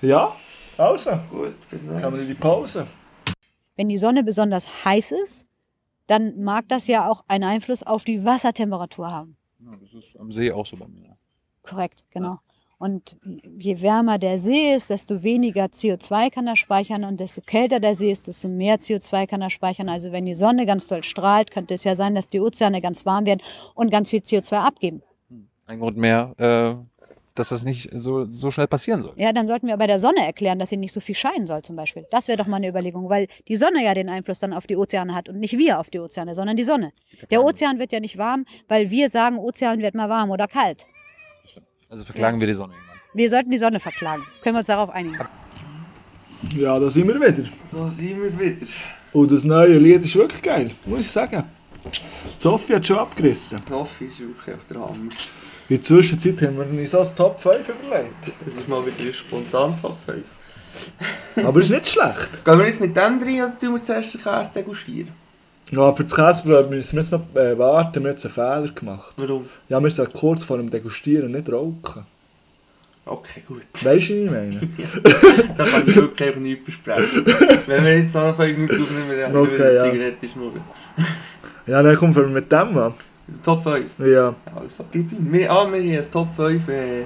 Speaker 4: Ja, also,
Speaker 5: Gut, bis
Speaker 4: haben
Speaker 5: dann.
Speaker 4: wir in die Pause.
Speaker 6: Wenn die Sonne besonders heiß ist, dann mag das ja auch einen Einfluss auf die Wassertemperatur haben.
Speaker 7: Ja, das ist am See auch so bei mir.
Speaker 6: Korrekt, genau. Und je wärmer der See ist, desto weniger CO2 kann er speichern und desto kälter der See ist, desto mehr CO2 kann er speichern. Also wenn die Sonne ganz doll strahlt, könnte es ja sein, dass die Ozeane ganz warm werden und ganz viel CO2 abgeben.
Speaker 7: Ein Grund mehr, äh, dass das nicht so, so schnell passieren soll.
Speaker 6: Ja, dann sollten wir bei der Sonne erklären, dass sie nicht so viel scheinen soll zum Beispiel. Das wäre doch mal eine Überlegung, weil die Sonne ja den Einfluss dann auf die Ozeane hat und nicht wir auf die Ozeane, sondern die Sonne. Der Ozean wird ja nicht warm, weil wir sagen, Ozean wird mal warm oder kalt.
Speaker 7: Also verklagen wir die Sonne irgendwann.
Speaker 6: Wir sollten die Sonne verklagen. Können wir uns darauf einigen?
Speaker 4: Ja, da sind wir wieder.
Speaker 5: Da sind wir wieder.
Speaker 4: Und das neue Lied ist wirklich geil, muss ich sagen. Die Sophie hat schon abgerissen.
Speaker 5: Sophie ist wirklich echt der Hammer.
Speaker 4: In der Zwischenzeit haben wir uns als Top 5 überlegt.
Speaker 5: Das ist mal wieder spontan Top 5.
Speaker 4: Aber ist nicht schlecht.
Speaker 5: Gehen wir jetzt mit dem rein oder tun wir zuerst den Käse degustieren?
Speaker 4: Ja, für das Käsebrot müssen wir jetzt noch äh, warten, wir haben jetzt einen Fehler gemacht.
Speaker 5: Warum?
Speaker 4: Ja, wir sollten kurz vor dem Degustieren nicht rauchen.
Speaker 5: Okay, gut.
Speaker 4: Weißt du, wie ich meine?
Speaker 5: Da kann ich wirklich einfach nichts versprechen. Wenn wir jetzt anfangen mit aufnehmen, dann
Speaker 4: Okay,
Speaker 5: okay, wir
Speaker 4: ja.
Speaker 5: ja. Zigarette schnurren.
Speaker 4: Ja, dann kommen wir mit dem an.
Speaker 5: Top 5.
Speaker 4: Ja.
Speaker 5: Also, gib ihm. Wir, ah, wir haben ein Top 5 äh,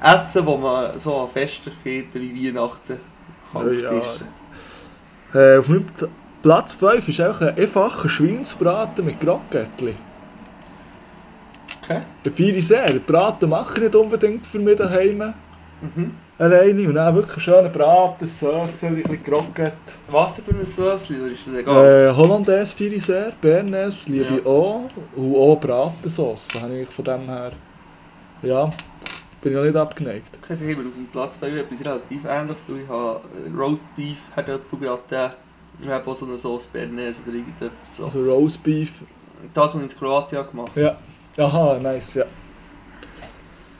Speaker 5: Essen, das man so an Festlichkeiten wie Weihnachten kann
Speaker 4: Ja.
Speaker 5: auftischen
Speaker 4: Äh, auf meinem Pl- Platz 5 ist einfach ein einfacher Schweinsbraten mit Krokettchen.
Speaker 2: Okay.
Speaker 4: Feiere ich sehr. Braten mache ich nicht unbedingt für mich daheim. Alleine. Und dann wirklich einen schönen Braten, Sauce, ein bisschen gerockt.
Speaker 5: Was denn für ein Slösli, oder ist das egal?
Speaker 4: Äh, Hollandaise feiere ich sehr, Bernays liebe
Speaker 5: Ja.
Speaker 4: ich auch. Und auch Bratensauce habe ich von dem her. Ja, bin ich noch nicht abgeneigt.
Speaker 5: Ich hätte lieber auf dem Platz bei euch etwas relativ ähnliches, weil ich habe äh, Roast Beef, Herdöpfelgratin, äh, ich habe auch so eine Sauce Bernays oder irgendetwas so.
Speaker 4: Also Roastbeef.
Speaker 5: Das, was ich in Kroatien gemacht habe.
Speaker 4: Ja. Aha, nice, ja.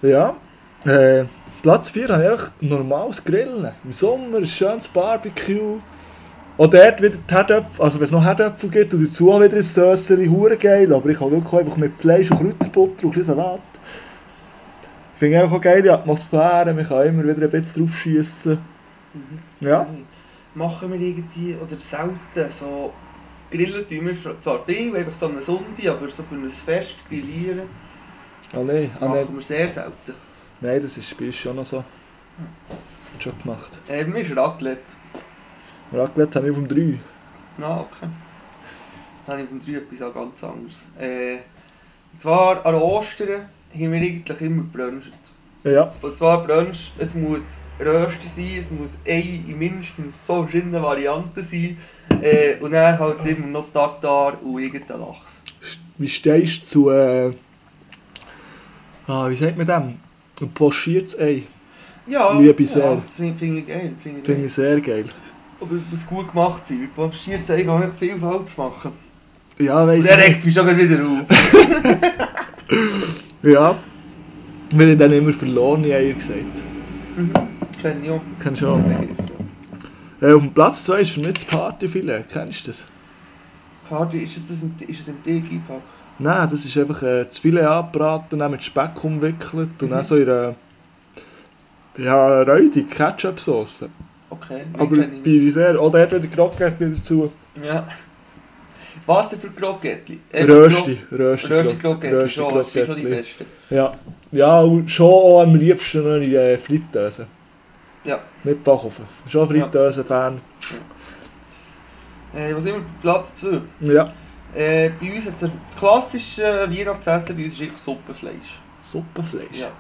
Speaker 4: Ja. Äh, Platz 4 habe ich einfach normales Grillen. Im Sommer ein schönes Barbecue. Auch dort wieder die Herdöpfel, also wenn es noch Herdöpfel gibt und dazu auch wieder ein Sösseli, hure geil, aber ich kann wirklich auch einfach mit Fleisch und Kräuterbutter und ein bisschen Salat. Ich finde einfach auch geile Atmosphäre, man kann immer wieder ein bisschen drauf schiessen. Ja,
Speaker 5: Machen wir irgendwie, oder selten, so grillen tun wir schon- zwar viel, einfach so am Sonntag, aber so für ein Fest grillieren
Speaker 4: ah nein, ah, nein.
Speaker 5: machen wir sehr selten.
Speaker 4: nein, das ist bei uns schon noch so. Hat schon gemacht.
Speaker 5: Eben Äh, ist Raclette.
Speaker 4: Raclette haben wir auf dem 3.
Speaker 5: Na, okay. Dann habe ich beim 3 etwas auch ganz anderes. Äh, und zwar an Ostern haben wir eigentlich immer gebruncht.
Speaker 4: Ja.
Speaker 5: Und zwar Brunch, es muss Rösti sein, es muss eine in mindestens so verschiedenen Varianten sein. Äh, und dann halt immer noch Tartar und irgendein Lachs.
Speaker 4: Wie stehst du zu. Äh, ah, wie sagt man dem? Ein pochiertes Ei.
Speaker 5: Ja,
Speaker 4: Liebe sehr.
Speaker 5: ja, das finde ich geil. Finde ich
Speaker 4: Finde
Speaker 5: geil.
Speaker 4: ich sehr geil.
Speaker 5: Aber es muss gut gemacht sein, weil Blanchiert kann man echt viel falsch machen.
Speaker 4: Ja,
Speaker 5: Und
Speaker 4: weiss
Speaker 5: dann
Speaker 4: ich.
Speaker 5: regt es mich schon gleich wieder auf.
Speaker 4: Ja. Wir haben dann immer verlorene Eier gesagt.
Speaker 5: Kenne ich auch.
Speaker 4: Kennst du auch.
Speaker 5: Begriff, ja.
Speaker 4: Äh, auf dem Platz 2 ist für mich das Partyfilet. Kennst du das?
Speaker 5: Party, ist es das im, ist es im Teig eingepackt?
Speaker 4: Nein, das ist einfach äh, das Filet angebraten, dann mit Speck umwickelt und dann so in einer. Ja, räudig, Ketchup-Sauce.
Speaker 5: Okay, nein,
Speaker 4: Aber
Speaker 5: kenn ich
Speaker 4: bei sehr. Auch der hat wieder Krokettli dazu.
Speaker 5: nicht. Ja. Was denn für Krokettli? Äh,
Speaker 4: Rösti,
Speaker 5: Kro-
Speaker 4: Rösti.
Speaker 5: Rösti Krokettli, schon, das sind schon die
Speaker 4: Krokettli.
Speaker 5: besten.
Speaker 4: Ja, ja und schon auch am liebsten noch in der Fritteuse.
Speaker 5: Ja.
Speaker 4: Nicht Backofen. Schon Fritteuse-Fan.
Speaker 5: Äh, was immer Platz 2.
Speaker 4: Ja.
Speaker 5: Äh, bei uns hat's ein- das klassische äh, Weihnachtsessen bei uns ist eigentlich Suppenfleisch.
Speaker 4: Suppenfleisch.
Speaker 5: Ja.
Speaker 4: Ja.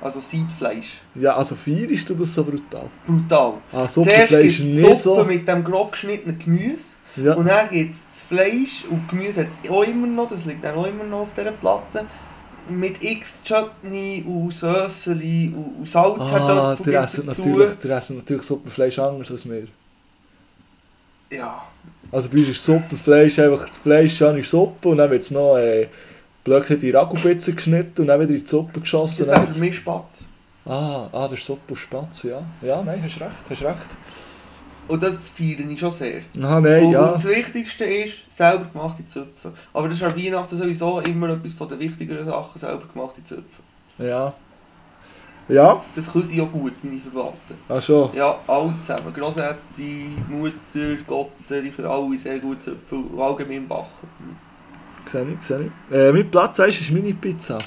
Speaker 5: Also Seidfleisch.
Speaker 4: also feierst du das so brutal?
Speaker 5: Brutal.
Speaker 4: Ah,
Speaker 5: Zuerst gibt
Speaker 4: Suppenfleisch nicht
Speaker 5: Suppe
Speaker 4: so.
Speaker 5: mit dem grob geschnittenen Gemüse.
Speaker 4: Ja.
Speaker 5: Und dann gibt es das Fleisch und Gemüse hat es auch immer noch, das liegt dann auch immer noch auf dieser Platte. Mit x Chutney und Sösseli und, und Salz
Speaker 4: Ah,
Speaker 5: Kartoffeln
Speaker 4: der
Speaker 5: gibt's
Speaker 4: essen,
Speaker 5: halt dazu.
Speaker 4: natürlich, der essen natürlich Suppenfleisch anders als wir.
Speaker 5: Ja,
Speaker 4: Also bei uns ist Suppenfleisch einfach das Fleisch an in Suppe und dann wird es noch äh, blöd gesagt in Ragobitzen geschnitten und dann wieder in die Suppe geschossen.
Speaker 5: das
Speaker 4: und dann
Speaker 5: wäre
Speaker 4: wird's-
Speaker 5: für mich Spatz.
Speaker 4: ah, ah, das ist Suppe und Spatz, ja. Ja, nein, hast recht, hast recht.
Speaker 5: Und das feiere ich schon sehr.
Speaker 4: Ah, nein,
Speaker 5: und,
Speaker 4: ja.
Speaker 5: und das Wichtigste ist, selber gemachte Zöpfe. Aber das ist an Weihnachten sowieso immer etwas von den wichtigeren Sachen, selber gemachte Zöpfe.
Speaker 4: Ja. Ja,
Speaker 5: Das können sie auch gut, meine Verwandten.
Speaker 4: ah schon.
Speaker 5: Ja, alle zusammen. Grossette, Mutter, Gotte, die können alle sehr gut Zöpfe und allgemein backen.
Speaker 4: Sehe ich, sehe ich. Äh, mein Platz 1 ist meine Pizza.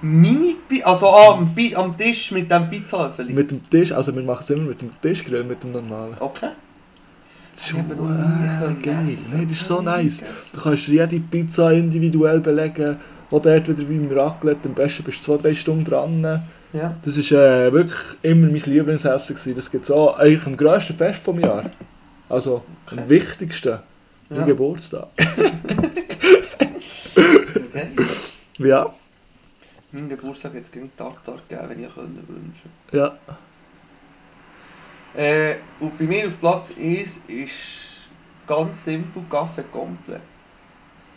Speaker 5: Mini Pi also ah, am, Pi am Tisch mit dem Pizzahöfeli.
Speaker 4: Mit dem Tisch, also wir machen es immer mit dem Tischgrill, mit dem normalen.
Speaker 5: Okay.
Speaker 4: oh, Das ist
Speaker 5: Ich habe noch nie
Speaker 4: huere
Speaker 5: können
Speaker 4: ah, geil.
Speaker 5: essen.
Speaker 4: Nein, das ist so
Speaker 5: Noch nie
Speaker 4: nice.
Speaker 5: gegessen.
Speaker 4: Du kannst jede Pizza individuell belegen. Auch dort wieder wie im Raclette, am besten bist du 2-3 Stunden dran.
Speaker 5: Ja.
Speaker 4: Das ist äh, wirklich immer mein Lieblingsessen. Gewesen. Das gibt es auch eigentlich am grössten Fest vom Jahr. Also am wichtigsten. Mein
Speaker 5: Ja.
Speaker 4: Geburtstag.
Speaker 5: Okay.
Speaker 4: Ja,
Speaker 5: Mein Geburtstag hätte es gegen Tartar gegeben, wenn ich könnte wünschen.
Speaker 4: ja.
Speaker 5: Äh, und bei mir auf Platz 1 ist ganz simpel Kaffee komplett.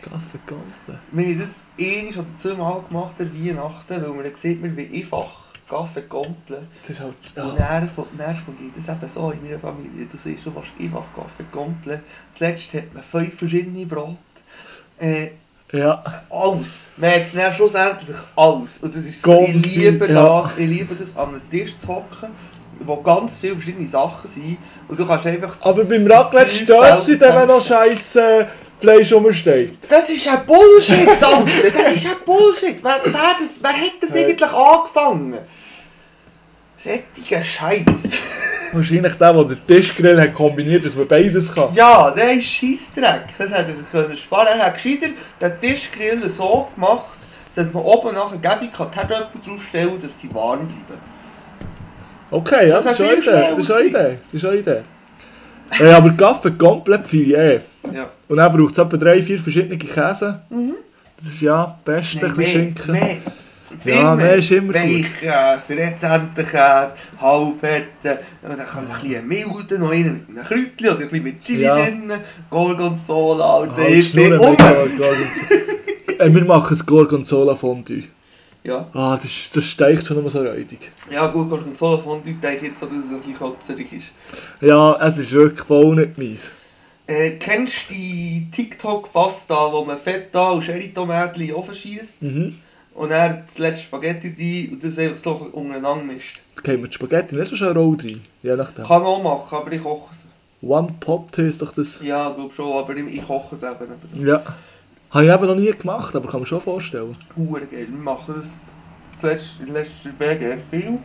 Speaker 4: Kaffee, Kaffee.
Speaker 5: Wir haben das ein oder zweimal gemacht an Weihnachten, weil man sieht, mir, wie einfach Kaffee komplett.
Speaker 4: Das ist halt...
Speaker 5: Und
Speaker 4: Ja.
Speaker 5: dann von- dann fungiert das eben so in meiner Familie. Du siehst, du machst einfach Kaffee komplett. Zuletzt hat man fünf verschiedene Brot. Äh,
Speaker 4: ja.
Speaker 5: alles. Man hat dann schlussendlich alles. Und das ist so,
Speaker 4: Ganz
Speaker 5: ich liebe
Speaker 4: viel, ja.
Speaker 5: das, ich liebe das, an einem Tisch zu hocken, wo ganz viele verschiedene Sachen sind. Und du kannst einfach...
Speaker 4: Aber beim Raclette
Speaker 5: Das Zeug
Speaker 4: stört sie dann,
Speaker 5: selber
Speaker 4: wenn noch scheiß äh, Fleisch rumsteht.
Speaker 5: Das ist ein Bullshit, Tante! Das ist ein Bullshit! Wer, wer, das, wer hat das
Speaker 4: Hey.
Speaker 5: eigentlich angefangen? Sättiger Scheiß.
Speaker 4: Wahrscheinlich der, der den Tischgrill hat kombiniert, dass man beides kann.
Speaker 5: Ja, der ist Scheissdreck. Das hätte er sich können sparen können. Er hat gescheiter den Tischgrill so gemacht, dass man oben nachher gäbe kann die Herdöpfel draufstellen kann, dass sie warm bleiben.
Speaker 4: Okay, ja, das,
Speaker 5: Das
Speaker 4: ist
Speaker 5: wär
Speaker 4: eine
Speaker 5: viel
Speaker 4: Idee. Das ist
Speaker 5: schneller
Speaker 4: eine Idee. Das ist eine Idee. Ey, aber Kaffee komplett Filet.
Speaker 5: Ja.
Speaker 4: Und dann braucht es etwa drei, vier verschiedene Käse. Das ist ja beste ein bisschen Schinken.
Speaker 5: Mehr. äh, Viel
Speaker 4: Ja, mehr ist immer gut.
Speaker 5: Weichkäse, Rezentenkäse, Halberte, und äh, dann kann man ein bisschen Milde noch rein mit einem Kräutchen oder ein bisschen mit Chili
Speaker 4: Ja.
Speaker 5: drin, Gorgonzola und
Speaker 4: Halt die Schnurren mit Gorgonzola. Ey, Äh, wir machen ein Gorgonzola-Fondue.
Speaker 5: Ja.
Speaker 4: Ah, das, ist- das steigt schon immer so räudig.
Speaker 5: ja gut, Gorgonzola Fondue denke ich jetzt so, dass es ein bisschen kotzerig ist.
Speaker 4: Ja, es ist wirklich voll nicht meins.
Speaker 5: Äh, kennst du die TikTok-Pasta, wo man Feta und Sherry-Tomaten in den Ofen schiesst
Speaker 4: Mhm.
Speaker 5: und dann das letzte Spaghetti rein und das einfach so ein bisschen untereinander mischt?
Speaker 4: Da gehen wir die Spaghetti nicht so schon roll rein. Je nachdem.
Speaker 5: Kann man auch machen, aber ich koche es.
Speaker 4: One Pot ist doch das.
Speaker 5: Ja, ich glaube schon, aber ich, ich koche es eben. Aber
Speaker 4: Ja. Habe ich eben noch nie gemacht, aber kann man schon vorstellen.
Speaker 5: Hure geil, wir machen das zuletzt in letzter BG viel.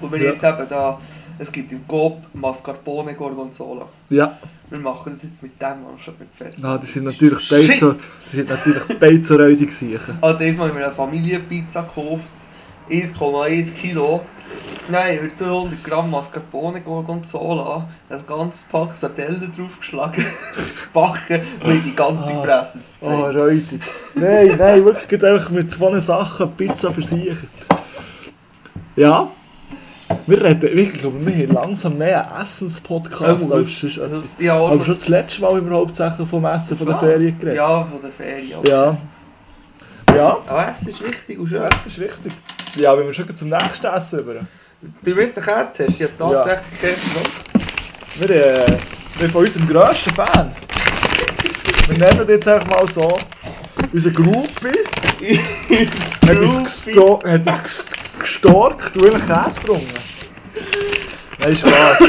Speaker 5: Und wir
Speaker 4: Ja.
Speaker 5: jetzt eben da, es gibt im Coop Mascarpone Gorgonzola.
Speaker 4: Ja,
Speaker 5: Wir machen das jetzt mit dem anstatt mit Fett.
Speaker 4: ah, das sind natürlich beide
Speaker 5: Shit!
Speaker 4: so, das sind natürlich beide so räudig Siechen.
Speaker 5: Also diesmal haben wir eine Familienpizza gekauft, 1,1 Kilo. Nein, wir 200 Gramm Mascarpone Gorgonzola, ein ganzes Pack Sardellen draufgeschlagen, gebacken und in die ganze Fresse zu
Speaker 4: Oh,
Speaker 5: zeigen.
Speaker 4: räudig. Nein, nein, wirklich geht einfach mit zwei Sachen Pizza versichert. Ja. Wir reden, ich glaube, wir haben langsam mehr einen Essenspodcast
Speaker 5: Ja,
Speaker 4: als sonst etwas.
Speaker 5: Ja,
Speaker 4: Aber
Speaker 5: aber-
Speaker 4: schon das letzte Mal haben wir hauptsächlich vom Essen von der Ferien geredet.
Speaker 5: ja, von der Ferien.
Speaker 4: Ja. Ja,
Speaker 5: Aber Essen ist wichtig und schön.
Speaker 4: das ist wichtig. Ja, wenn wir schon gleich zum nächsten Essen rüber.
Speaker 5: Du bist der Käsetest, ja tatsächlich Käse.
Speaker 4: Wir, äh, wir sind von unserem grössten Fan. Wir nennen ihn jetzt einfach mal so. Unser Groupie hat uns, gesto hat uns gest- gestorkt und will einen Käse bringen. Nein, Spaß.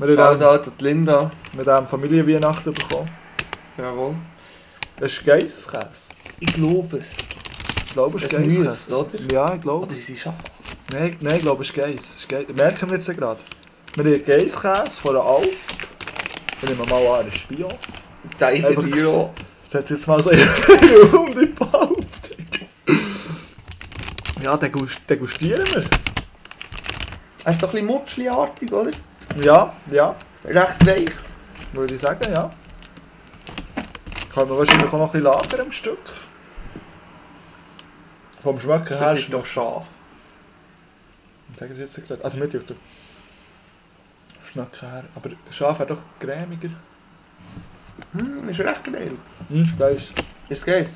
Speaker 4: wir haben
Speaker 5: da die Linda.
Speaker 4: mit dem Familienweihnachten bekommen.
Speaker 5: Jawohl.
Speaker 4: Das ist Geisskäse.
Speaker 5: Ich glaube es.
Speaker 4: Ich glaube, es ist
Speaker 5: Es
Speaker 4: Geisskäse.
Speaker 5: müsste, oder?
Speaker 4: Ja, ich glaube
Speaker 5: Oder
Speaker 4: es.
Speaker 5: sie ist ab.
Speaker 4: Nein, nein, ich glaube, es ist Geiss. Es ist Geiss. Merken wir jetzt gerade. Wir haben Geisskäse von der Alp. Wir nehmen mal an, er ist Bio.
Speaker 5: Deine
Speaker 4: Einfach-
Speaker 5: Diro.
Speaker 4: Setz jetzt mal so in den Raum die Behauptung. Ja, den gust- den gustieren wir.
Speaker 5: Er ist so ein bisschen mutschliartig, oder?
Speaker 4: Ja, ja,
Speaker 5: Recht weich.
Speaker 4: würde ich sagen, ja. Können wir wahrscheinlich auch noch ein bisschen lagern am Stück. Vom Schmecken her.
Speaker 5: Das ist doch scharf.
Speaker 4: Sagen Sie jetzt gerade. Also mit YouTube. Schmecken her. Aber scharf wäre doch cremiger.
Speaker 5: Hm, ist recht geil.
Speaker 4: Hm, ist geil.
Speaker 5: Ist es geil?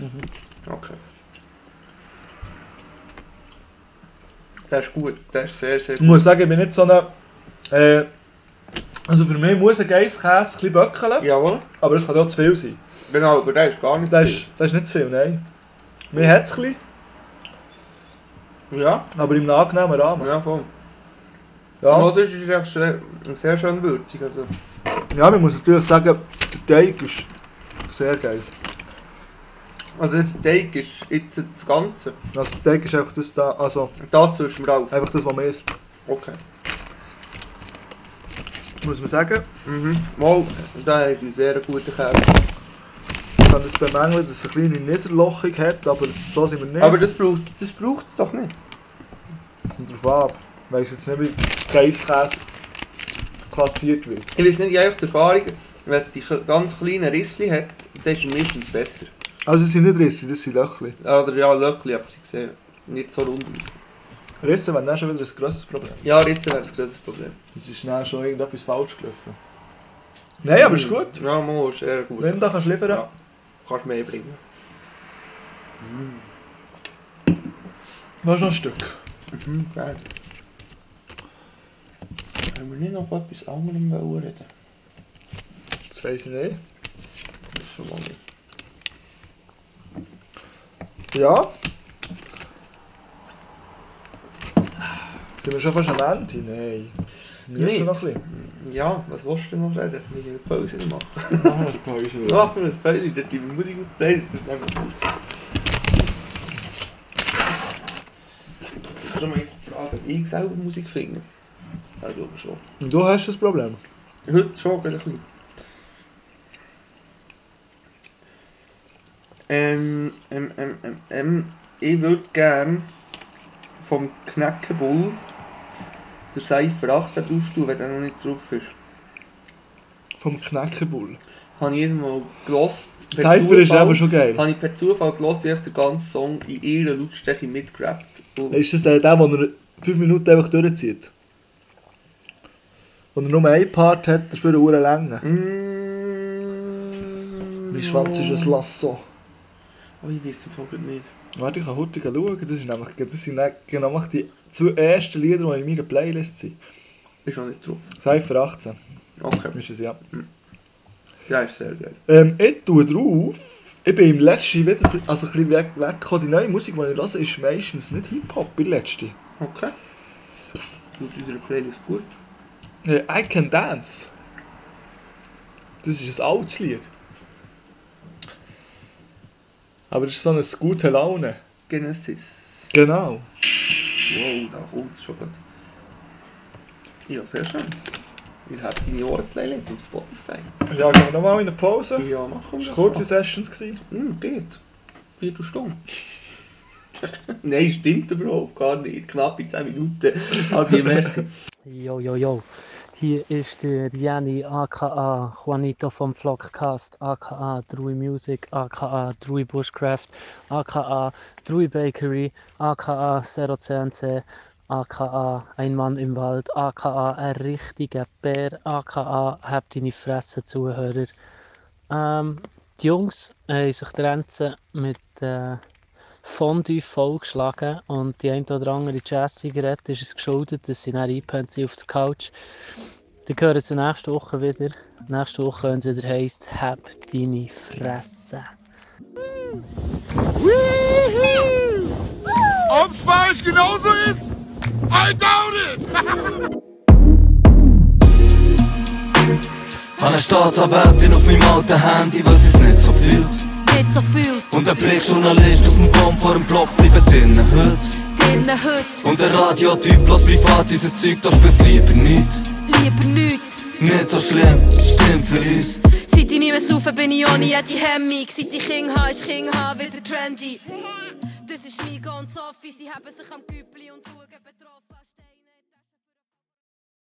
Speaker 5: Okay. Der ist gut. Der ist sehr, sehr
Speaker 4: Ich
Speaker 5: gut.
Speaker 4: muss sagen, ich bin nicht so ein. Äh, also für mich muss ein Geisskäse ein bisschen böckeln,
Speaker 5: Jawohl.
Speaker 4: aber es kann auch zu viel sein.
Speaker 5: Genau, aber der ist gar nicht
Speaker 4: Das
Speaker 5: zu
Speaker 4: ist, das ist nicht zu viel, nein. Mir hat es ein bisschen,
Speaker 5: viel. Ja,
Speaker 4: aber im angenehmen Rahmen.
Speaker 5: ja voll.
Speaker 4: Ja,
Speaker 5: Was ist, ist echt sehr, sehr schön würzig. Also.
Speaker 4: ja man muss natürlich sagen, der Teig ist sehr geil.
Speaker 5: Also der Teig ist jetzt das Ganze.
Speaker 4: Also der Teig ist einfach das da, also
Speaker 5: Das zwischen mir auf.
Speaker 4: einfach das, was man isst.
Speaker 5: Okay.
Speaker 4: Muss man sagen,
Speaker 5: Mhm. Mal, da ist ein sehr guter Käse.
Speaker 4: ich kann jetzt bemängeln, dass es eine kleine Niederlochung hat, aber so sind wir nicht.
Speaker 5: Aber das braucht es das braucht's doch nicht.
Speaker 4: kommt drauf ab. Ich weiss jetzt nicht, wie Geisskäse klassiert wird.
Speaker 5: Ich weiß nicht, ich habe einfach die Erfahrung, wenn es die ganz kleinen Rissli hat, dann ist es meistens besser.
Speaker 4: Also es sind nicht Risse, das sind Löchli.
Speaker 5: Oder ja, Löchli, aber sie sehen nicht so rund aus.
Speaker 4: Risse wären dann schon wieder ein grosses Problem.
Speaker 5: Ja, Risse wäre das größte Problem.
Speaker 4: Es ist dann schon irgendetwas falsch gelaufen. Nein, aber ist gut.
Speaker 5: Ja, Mo ist eher gut.
Speaker 4: Wenn du kannst liefern.
Speaker 5: Ja. Kannst mehr bringen.
Speaker 4: Willst du noch ein Stück?
Speaker 5: Mhm, geil. Können wir nicht noch von etwas anderem wollen reden?
Speaker 4: Das weiß ich nicht.
Speaker 5: Das ist schon mal nicht.
Speaker 4: Ja. Sind wir schon fast am Ende? Nein. Wir müssen
Speaker 5: Nicht.
Speaker 4: noch ein bisschen.
Speaker 5: Ja, was willst du denn noch reden? Wir müssen eine Pause machen.
Speaker 4: Machen wir ein Päuschen. Ja.
Speaker 5: Machen wir eine Pause, dann die Musik auf Playlist. Schon mal fragen, wie ich selber Musik finde. Ja, ich glaube schon.
Speaker 4: Und du hast das Problem.
Speaker 5: Heute schon, gerade ein bisschen. Ähm, ähm, ähm, ähm, ähm, ich würde gerne vom Knäckebull der Cypher 18 drauf tun, wenn der noch nicht drauf ist.
Speaker 4: Vom Knäckebull.
Speaker 5: Habe ich jedes Mal gelost.
Speaker 4: Cypher ist eben schon geil.
Speaker 5: Habe ich per Zufall gelost, wie ich den ganzen Song in ihrer Lautstärke mitgerappt. Und
Speaker 4: Ist das äh, der, wo er 5 Minuten einfach durchzieht? Und er nur einen Part hat, dafür eine Uhr länger.
Speaker 5: Mm,
Speaker 4: Mein Schwanz ist ein Lasso.
Speaker 5: Oh, ich weiß es gerade nicht.
Speaker 4: Warte, ich kann heute schauen. Das, ist nämlich, das sind nämlich genau die zwei ersten Lieder, die in meiner Playlist sind.
Speaker 5: Ist noch nicht drauf.
Speaker 4: Cypher 18
Speaker 5: Okay,
Speaker 4: ist es, ja.
Speaker 5: der ist sehr geil.
Speaker 4: Ähm, ich tue drauf. Ich bin im letzten wieder ein bisschen- also ein bisschen weg, weggekommen. Die neue Musik, die ich höre, ist meistens nicht Hip-Hop, die letzte.
Speaker 5: Okay. Tut unsere Playlist gut.
Speaker 4: Äh, I Can Dance. Das ist ein altes Lied. Aber das ist so eine gute Laune.
Speaker 5: Genesis.
Speaker 4: Genau.
Speaker 5: Wow, da kommt es schon gut. Ja, sehr schön. Ihr habt deine Ohren-Playlist auf Spotify.
Speaker 4: Ja, gehen wir nochmal in eine Pause.
Speaker 5: Ja, machen wir.
Speaker 4: Das waren kurze Sessions. gewesen.
Speaker 5: Hm, geht. Viertelstunde. Nein, stimmt überhaupt gar nicht. Knappe 10 Minuten. Aber merci.
Speaker 8: Yo, yo, yo. Hier ist der Jani aka Juanito vom Vlogcast, aka Drui Music, aka Drui Bushcraft, aka Drui Bakery, aka 010C, aka Ein Mann im Wald, aka ein richtiger Bär, aka Habt deine Fresse, Zuhörer. Ähm, die Jungs haben sich die Grenze mit äh, Fondue vollgeschlagen und die ein oder andere Jazz-Zigarette ist es geschuldet, dass sie dann eingepennt sind auf der Couch. Dann hören sie nächste Woche wieder. Nächste Woche, wenn es wieder heisst, «Hab deine Fresse».
Speaker 3: Habe eine Staatsanwältin auf meinem alten Handy, weil sie's nicht so fühlt. Nicht so fühlt. Und ein Blickjournalist auf dem Baum vor dem Block bleibt drinnen heute.
Speaker 9: Drinnen heute,
Speaker 3: Und ein Radiotyp lässt privat unser Zeug, das betrieb er nicht.
Speaker 9: lieber nichts.
Speaker 3: Nicht so schlimm, stimmt für uns.
Speaker 9: Seit ich nicht mehr saufe, bin ich ohne jede Hemmung. Seit ich King habe, ist King habe wieder trendy. Das ist Migo und Sophie, sie haben sich am Küppli und schauen betrunken.